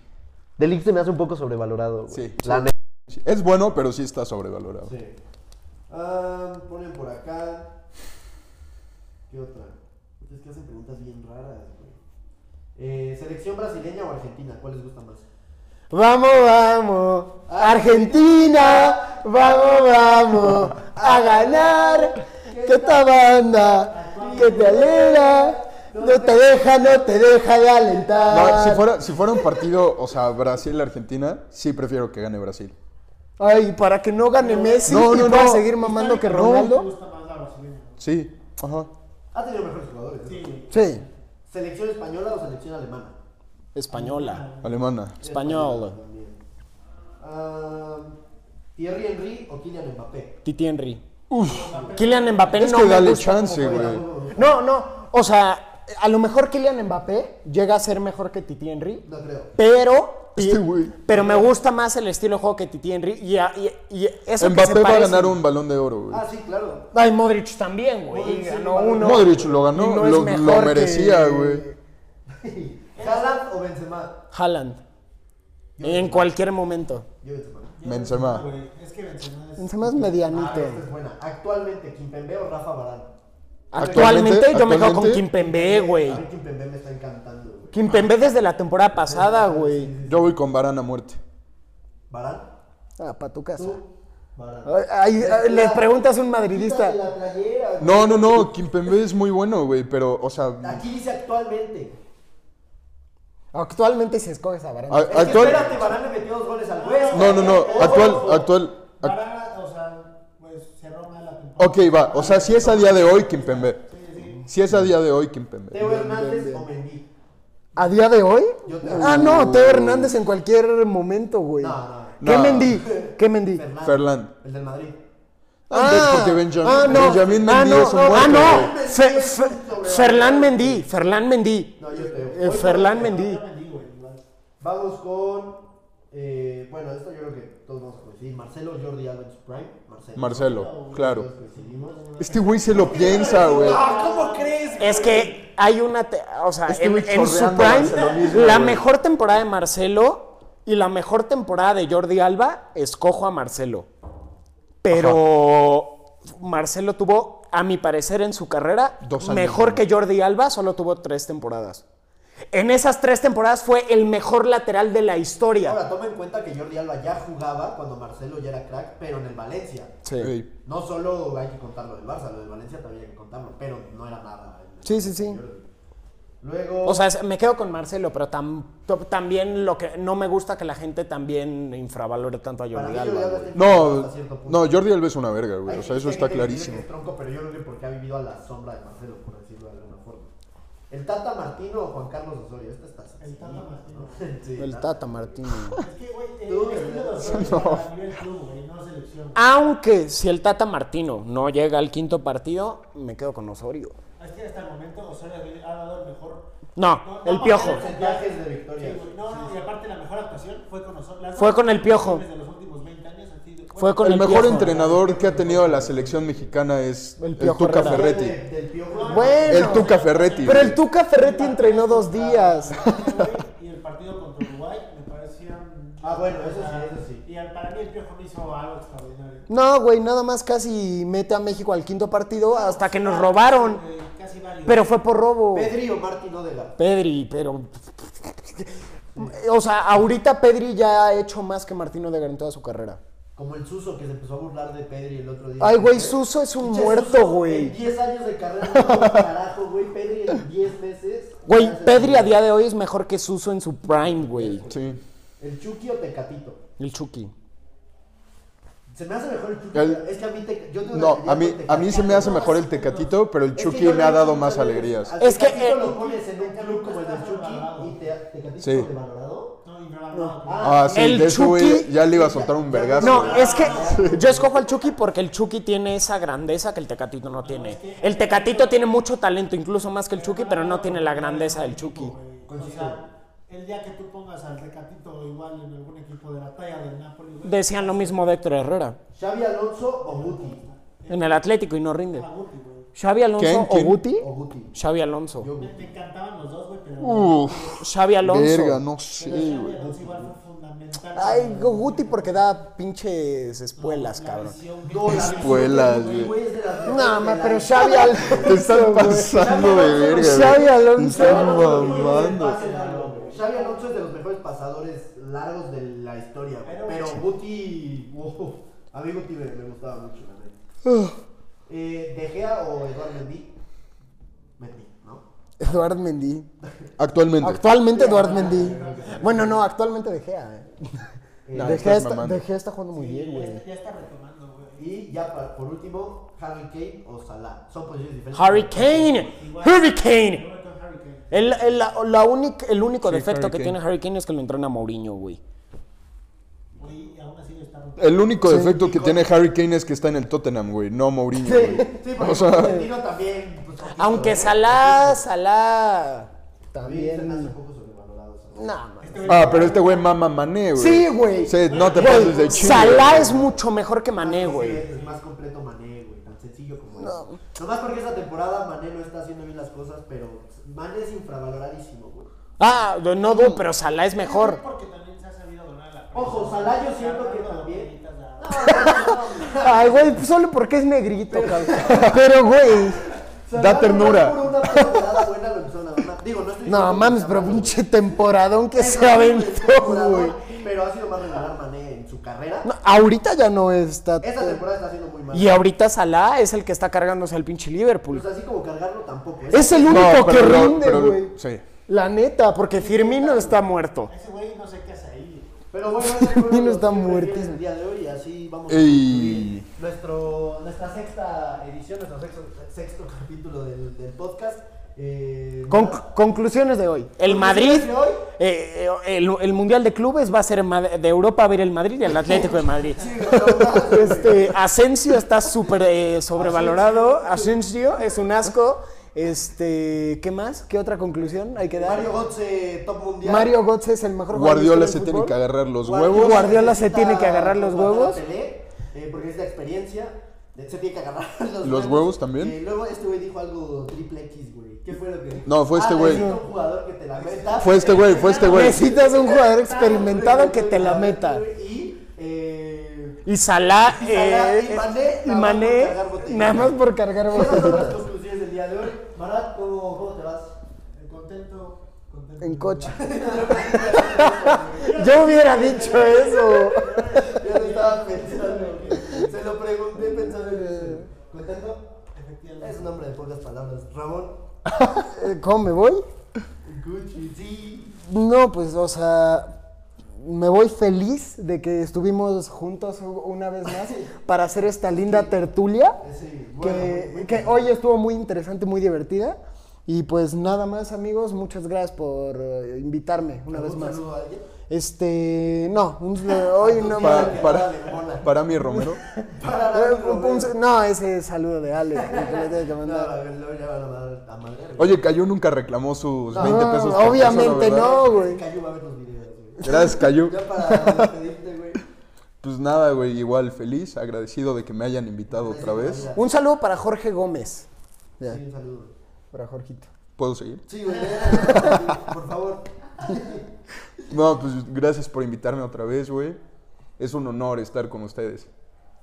Delict se me hace un poco sobrevalorado, güey. Sí. La neta. Sí, Es bueno, pero sí está sobrevalorado. Ah, ponen por acá. ¿Qué otra? Es que hacen preguntas bien raras, güey. Eh, ¿Selección brasileña o argentina? ¿Cuál les gusta más? Vamos, vamos, Argentina, vamos, vamos, a ganar, que esta banda que te alegra, no te deja, no te deja de No, si alentar. fuera, si fuera un partido, o sea, Brasil-Argentina, sí prefiero que gane Brasil. Ay, para que no gane Messi No, y no, pueda no. seguir mamando que Ronaldo. Sí. Ajá. Ha tenido mejores jugadores. Sí, ¿Selección española o selección alemana? española, Alemana. española, Ah, ¿Thierry Henry o Kylian Mbappé? Titi Henry. Kylian Mbappé Es no que me dale gusta chance, como güey. juega. No, no, o sea, a lo mejor Kylian Mbappé llega a ser mejor que Titi Henry. No creo. Pero, Este güey. pero me gusta más el estilo de juego que Titi Henry y, a- y- y eso que se Mbappé va a parece. ganar un balón de oro, güey. Ah, sí, claro. Ay, Modric también, güey. Modric sí, Ganó Modric. uno. Modric lo Y ganó, no es lo, lo mejor que- merecía, güey. Eh. ¿Haaland o Benzema? Haaland. En cualquier momento. Yo Benzema. Benzema. Encima es medianito. buena. Actualmente, Kimpembe o Rafa Barán. Actualmente, yo me quedo con actualmente- Kimpembe, güey. Kimpembe me está encantando, güey. Kimpembe desde la temporada pasada, güey. Yo voy con Varane a muerte. ¿Barán? Ah, pa' tu casa. Barán. Ay, ay, ay, les preguntas a un madridista. La playera, güey. No, no, no, Kimpembe es muy bueno, güey, pero, o sea, Aquí dice actualmente. Actualmente se escoge esa a- baranda. Es que actual... espérate, Barán le metió dos goles al West. No, no, no, Ojo, actual, ojo. actual... ac- Para, o sea, pues cerró mal la temporada. Ok, va, o sea, si es a día de hoy, Kimpembe. Si es a día de hoy, Kimpembe. Teo Hernández o Mendy. ¿A día de hoy? Yo te- Ah, no, Teo Hernández en cualquier momento, güey. No, no. ¿Qué No. Mendy? ¿Qué Mendy? Ferland. El del Madrid. Ah, porque Benjamin, ah, no, Benjamin ah, Mendy no, es un ah, muerto, güey. no, Fe- Fe- Ferland Mendy, Ferland Mendy, No, yo te Eh, Ferland Mendy. Vamos con eh, bueno, esto yo creo que todos vamos a coincidir. Marcelo, Jordi Alba en su prime. Marcelo. Marcelo, claro. Todos coincidimos. Este güey se lo piensa, güey. ¿Cómo crees? Es que hay una, te- o sea, Este en, güey en su chorreando barcelonismo, prime, la güey. mejor temporada de Marcelo y la mejor temporada de Jordi Alba, escojo a Marcelo. Pero Marcelo tuvo, a mi parecer, en su carrera, Dos años, mejor ¿no? que Jordi Alba, solo tuvo tres temporadas. En esas tres temporadas fue el mejor lateral de la historia. Ahora, toma en cuenta que Jordi Alba ya jugaba cuando Marcelo ya era crack, pero en el Valencia. Sí. Ey, No solo hay que contar lo del Barça, lo del Valencia también hay que contarlo, pero no era nada. en el Sí, sí, sí. Jordi. Luego. O sea, me quedo con Marcelo, pero tam- to- también lo que no me gusta que la gente también infravalore tanto a para Jordi mí Jordi Alba. Alba güey. está No, hasta cierto punto. no, Jordi Alves es una verga, güey. Hay O sea, gente eso está que dice que clarísimo. Es tronco, pero yo creo que porque ha vivido a la sombra de Marcelo, por decirlo de alguna forma. ¿El Tata Martino o Juan Carlos Osorio? Este está sencillo, El Tata ¿no? Martino. Sí, El ¿no? Tata Martino. Es que, güey, eh, Tú, el estilo de Osorio era a nivel club, güey, no selección. Aunque si el Tata Martino no llega al quinto partido, me quedo con Osorio. Es que hasta el momento Osorio ha dado el mejor. No, el no, Piojo. Porcentajes de victorias. Sí, güey, no, no, y aparte la mejor actuación fue con Osorio. Las Fue dos con el Piojo. de los últimos 20 años han sido- Fue con el, El mejor Piojo. entrenador que ha tenido la selección mexicana es El el Piojo Tuca Herrera. Ferretti. Del, del Piojo. Bueno, El Tuca Ferretti. pero el güey. Tuca Ferretti entrenó dos días. Y el partido contra Uruguay me parecían. Ah, bueno, eso sí, eso sí. Y al- para mí el Piojo no hizo algo extraordinario. No, güey, nada más casi mete a México al quinto partido hasta que nos robaron. Eh, Casi válido. Pero fue por robo. Pedri o Martín Odegaard. Pedri, pero... O sea, ahorita Pedri ya ha hecho más que Martino de en toda su carrera. Como el Suso que se empezó a burlar de Pedri el otro día. Ay, güey, Suso es un Pinche muerto, Suso, güey. En 10 años de carrera, no hizo carajo, güey. Pedri en 10 meses. ya Güey, se- Pedri a día de hoy es mejor que Suso en su prime, güey. Sí. ¿El Chucky o Tecatito? El Chucky. Se me hace mejor el Chucky. El- Es que a mí. Te... Yo tengo una No, pelea a mí, con a mí se me Tecatito. hace mejor el Tecatito, pero el Es que Chucky yo me lo ha he dado visto más varias alegrías. veces. Es que, Tecatito eh, lo pones en un club como el del Chucky y te, Tecatito Sí. es sobrevalorado. No, infravalorado. Ah, sí, El de eso, güey, Chucky- ya le iba a soltar un vergazo. No, güey. es que yo escojo al Chucky porque el Chucky tiene esa grandeza que el Tecatito no tiene. El Tecatito tiene mucho talento, incluso más que el Chucky, pero no tiene la grandeza del Chucky. güey. O sea, el día que tú pongas al recatito igual en algún equipo de la talla del Napoli, güey. Decían lo mismo de Héctor Herrera Xavi Alonso o Guti. en el Atlético y no rinde. a Guti, güey. Xavi Alonso ¿Quién? o ¿Quién? Guti? O Guti. Xavi Alonso. Yo Me, Guti. me encantaban los dos, güey, pero. Uf, Xavi verga, Alonso. no sé, pero Xavi güey. Alonso igual fue fundamental. Ay, Guti porque da pinches espuelas, cabrón. No, la Espuelas, visión de Guti, güey. es de las mejores No, ma, de la pero historia. Xavi Te están Alonso. pasando de verga, güey. Xavi Alonso. Te están mamando. Xavi Alonso es de los mejores pasadores largos de la historia, güey. Pero Guti. wow, a mí Guti me, me gustaba mucho, la neta. Ah. Eh, ¿De Gea o Eduardo Mendy? Mendy, ¿no? Eduard Mendy. Actualmente. Actualmente Eduard Mendy. Bueno, no, actualmente De Gea. eh. No, De Gea estás está, mamando. De Gea está jugando muy bien, güey. Ya está retomando, güey. Y ya pa- por último, Harry Kane o Salah. Son posiciones diferentes. Harry Kane. Harry Kane. Yo voy con Harry Kane. El, el- la, la única- el único Sí, defecto Harry que Kane. tiene Harry Kane es que lo entrena Mourinho, güey. Güey, y aún así lo está rompiendo. El único defecto que tiene Harry Kane es que está en el Tottenham, güey, no Mourinho, güey. Sí, porque o sea, también. pues, poquito, Aunque ¿eh? Salah, Salah... También se me hace También... un poco sobrevalorado. Salah. Nah, man. Ah, pero este güey mama mané, güey. Sí, güey. Sí, no te pases de chingo. Salah es mucho mejor que Mané, Sí, güey. Es más completo Mané, güey. Tan sencillo como eso. Nomás porque esta temporada Mané no está haciendo bien las cosas, pero Mané es infravaloradísimo, güey. Ah, no dudo, pero Salah es mejor. Porque también se ha sabido donar a la prensa. Ojo, Salah yo siento siento que que también. Ay, güey, pues solo porque es negrito, cabrón. Pero, güey. Da ternura. Por una temporada buena lo hizo, nada más. Digo, no estoy diciendo No que mames, sea pero malo, pinche temporadón que Es se malo, güey, es aventó, güey. temporada, Pero ha sido más regular Mané en su carrera. No, ahorita ya no está. Esta temporada está haciendo muy mal. Y ahorita Salah es el que está cargándose al pinche Liverpool. Pues así como cargarlo tampoco. ¿eh? Es el No, único que pero lo- rinde, pero lo- güey. Sí. La neta, porque Firmino está muerto. Ese güey no sé qué hace ahí. Pero bueno, esos fueron Nino los está que prefieres muertísimo. El día de hoy, y así vamos Ey. concluir nuestro, nuestra sexta edición, nuestro sexto, sexto capítulo del, del podcast. Eh, nada. Conc- conclusiones de hoy. El Madrid, Conclusiones de hoy. eh, eh, el, el Mundial de Clubes va a ser en Mad- de Europa, va a ir el Madrid y el Atlético de Madrid. Este, Asensio está súper eh, sobrevalorado. Asensio es un asco. Este, ¿qué más? ¿Qué otra conclusión hay que dar? Mario Götze, top mundial. Mario Götze es el mejor jugador. Guardiola de se historia del tiene que fútbol. agarrar los huevos. Guardiola se necesita tiene que agarrar los contratar a huevos. Pelé, eh, porque es la experiencia. Se tiene que agarrar los, Los huevos también. Eh, luego este güey dijo algo triple X, güey. ¿Qué fue lo que dijo? No, fue este Ah, güey. necesito un jugador que te la meta. Fue este güey, fue este güey. Necesitas un jugador experimentado que te la meta. Y, eh, Y Salah, Y Salah, eh, y Mané, y nada más Mané, por cargar nada más botellas. ¿Cuáles por cargar son las botellitas. conclusiones del día de hoy? Marat, ¿cómo, cómo te vas? Eh, Contento, contento. En coche. Yo hubiera dicho eso. Yo lo estaba pensando. Se lo pregunté pensando en eso. ¿Contento? Efectivamente. Es un hombre de pocas palabras. Ramón, Eh, ¿Cómo me voy? Gucci, sí. No, pues, o sea, me voy feliz de que estuvimos juntos u- una vez más para hacer esta linda tertulia. Sí, bueno, muy- Que, muy que hoy estuvo muy interesante, muy divertida. Y pues nada más, amigos, muchas gracias por eh, invitarme una vez ¿Algún más. saludo a alguien? Este, no, un- hoy no más. Para, para, para mi Romero. Para Eh, Ramón un- un- Romero. no, ese salulo de Ale. que le tengo que No, mandar. a ver, luego ya van a dar a madre. Oye, Cayú nunca reclamó sus 20 No, pesos. obviamente por persona, ¿verdad? no, güey. Cayu va a ver los videos, güey. Gracias, Cayú. Ya para despedirte, güey. Pues nada, güey, igual feliz, agradecido de que me hayan invitado otra vez. Un saludo para Jorge Gómez. Ya, Sí, un saludo. para Jorgito. ¿Puedo seguir? Sí, güey. Por favor. No, pues gracias por invitarme otra vez, güey. Es un honor estar con ustedes.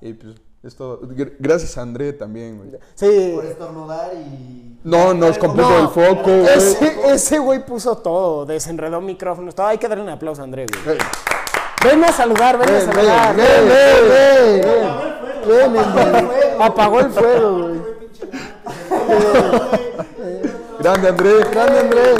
Y pues es todo. Gr- Gracias a André también, güey. Sí. Por estornudar y. No, nos compuso No. el foco, güey. ese, ese güey puso todo, desenredó micrófonos, todo. Hay que darle un aplauso a André, güey. Ey, Ven a saludar, ven a Ven, saludar. ven, Ven, ven, ven, ven. Ven, ven. Apagó el fuego, güey. Grande André. Grande André.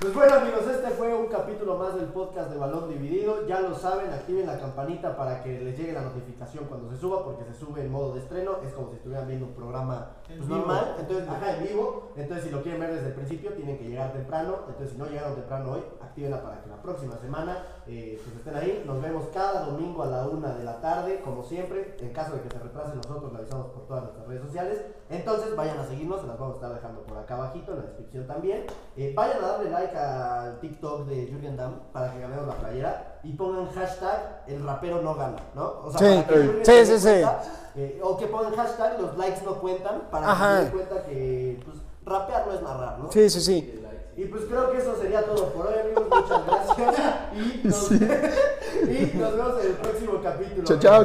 Pues bueno amigos, este fue un capítulo más del podcast de Balón Dividido. Ya lo saben, activen la campanita para que les llegue la notificación cuando se suba, porque se sube en modo de estreno. Es como si estuvieran viendo un programa pues, vivo. normal. Entonces, ajá, en vivo. Entonces, si lo quieren ver desde el principio, tienen que llegar temprano. Entonces, si no llegaron temprano hoy, actívenla para que la próxima semana eh, pues, estén ahí. Nos vemos cada domingo a la una de la tarde, como siempre. En caso de que se retrase, nosotros lo avisamos por todas nuestras redes sociales. Entonces, vayan a seguirnos, se las vamos a estar dejando por acá abajito en la descripción también. Eh, vayan a darle like al TikTok de Julian Damm para que ganemos la playera y pongan hashtag el rapero no gana, ¿no? O sea, Sí, para que Jürgen sí, se dé sí, sí. cuenta eh, o que pongan hashtag los likes no cuentan para Ajá. que se den cuenta que pues, rapear no es narrar, ¿no? Sí, sí, sí. Y pues creo que eso sería todo por hoy, amigos. Muchas gracias. Y nos, y nos vemos en el próximo capítulo. Chao, chao,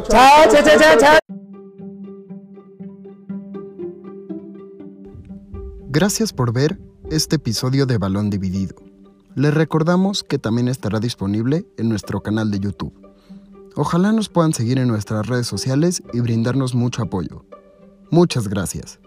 Chao, chao. chao, chao, chao, chao. Gracias por ver este episodio de Balón Dividido. Les recordamos que también estará disponible en nuestro canal de YouTube. Ojalá nos puedan seguir en nuestras redes sociales y brindarnos mucho apoyo. Muchas gracias.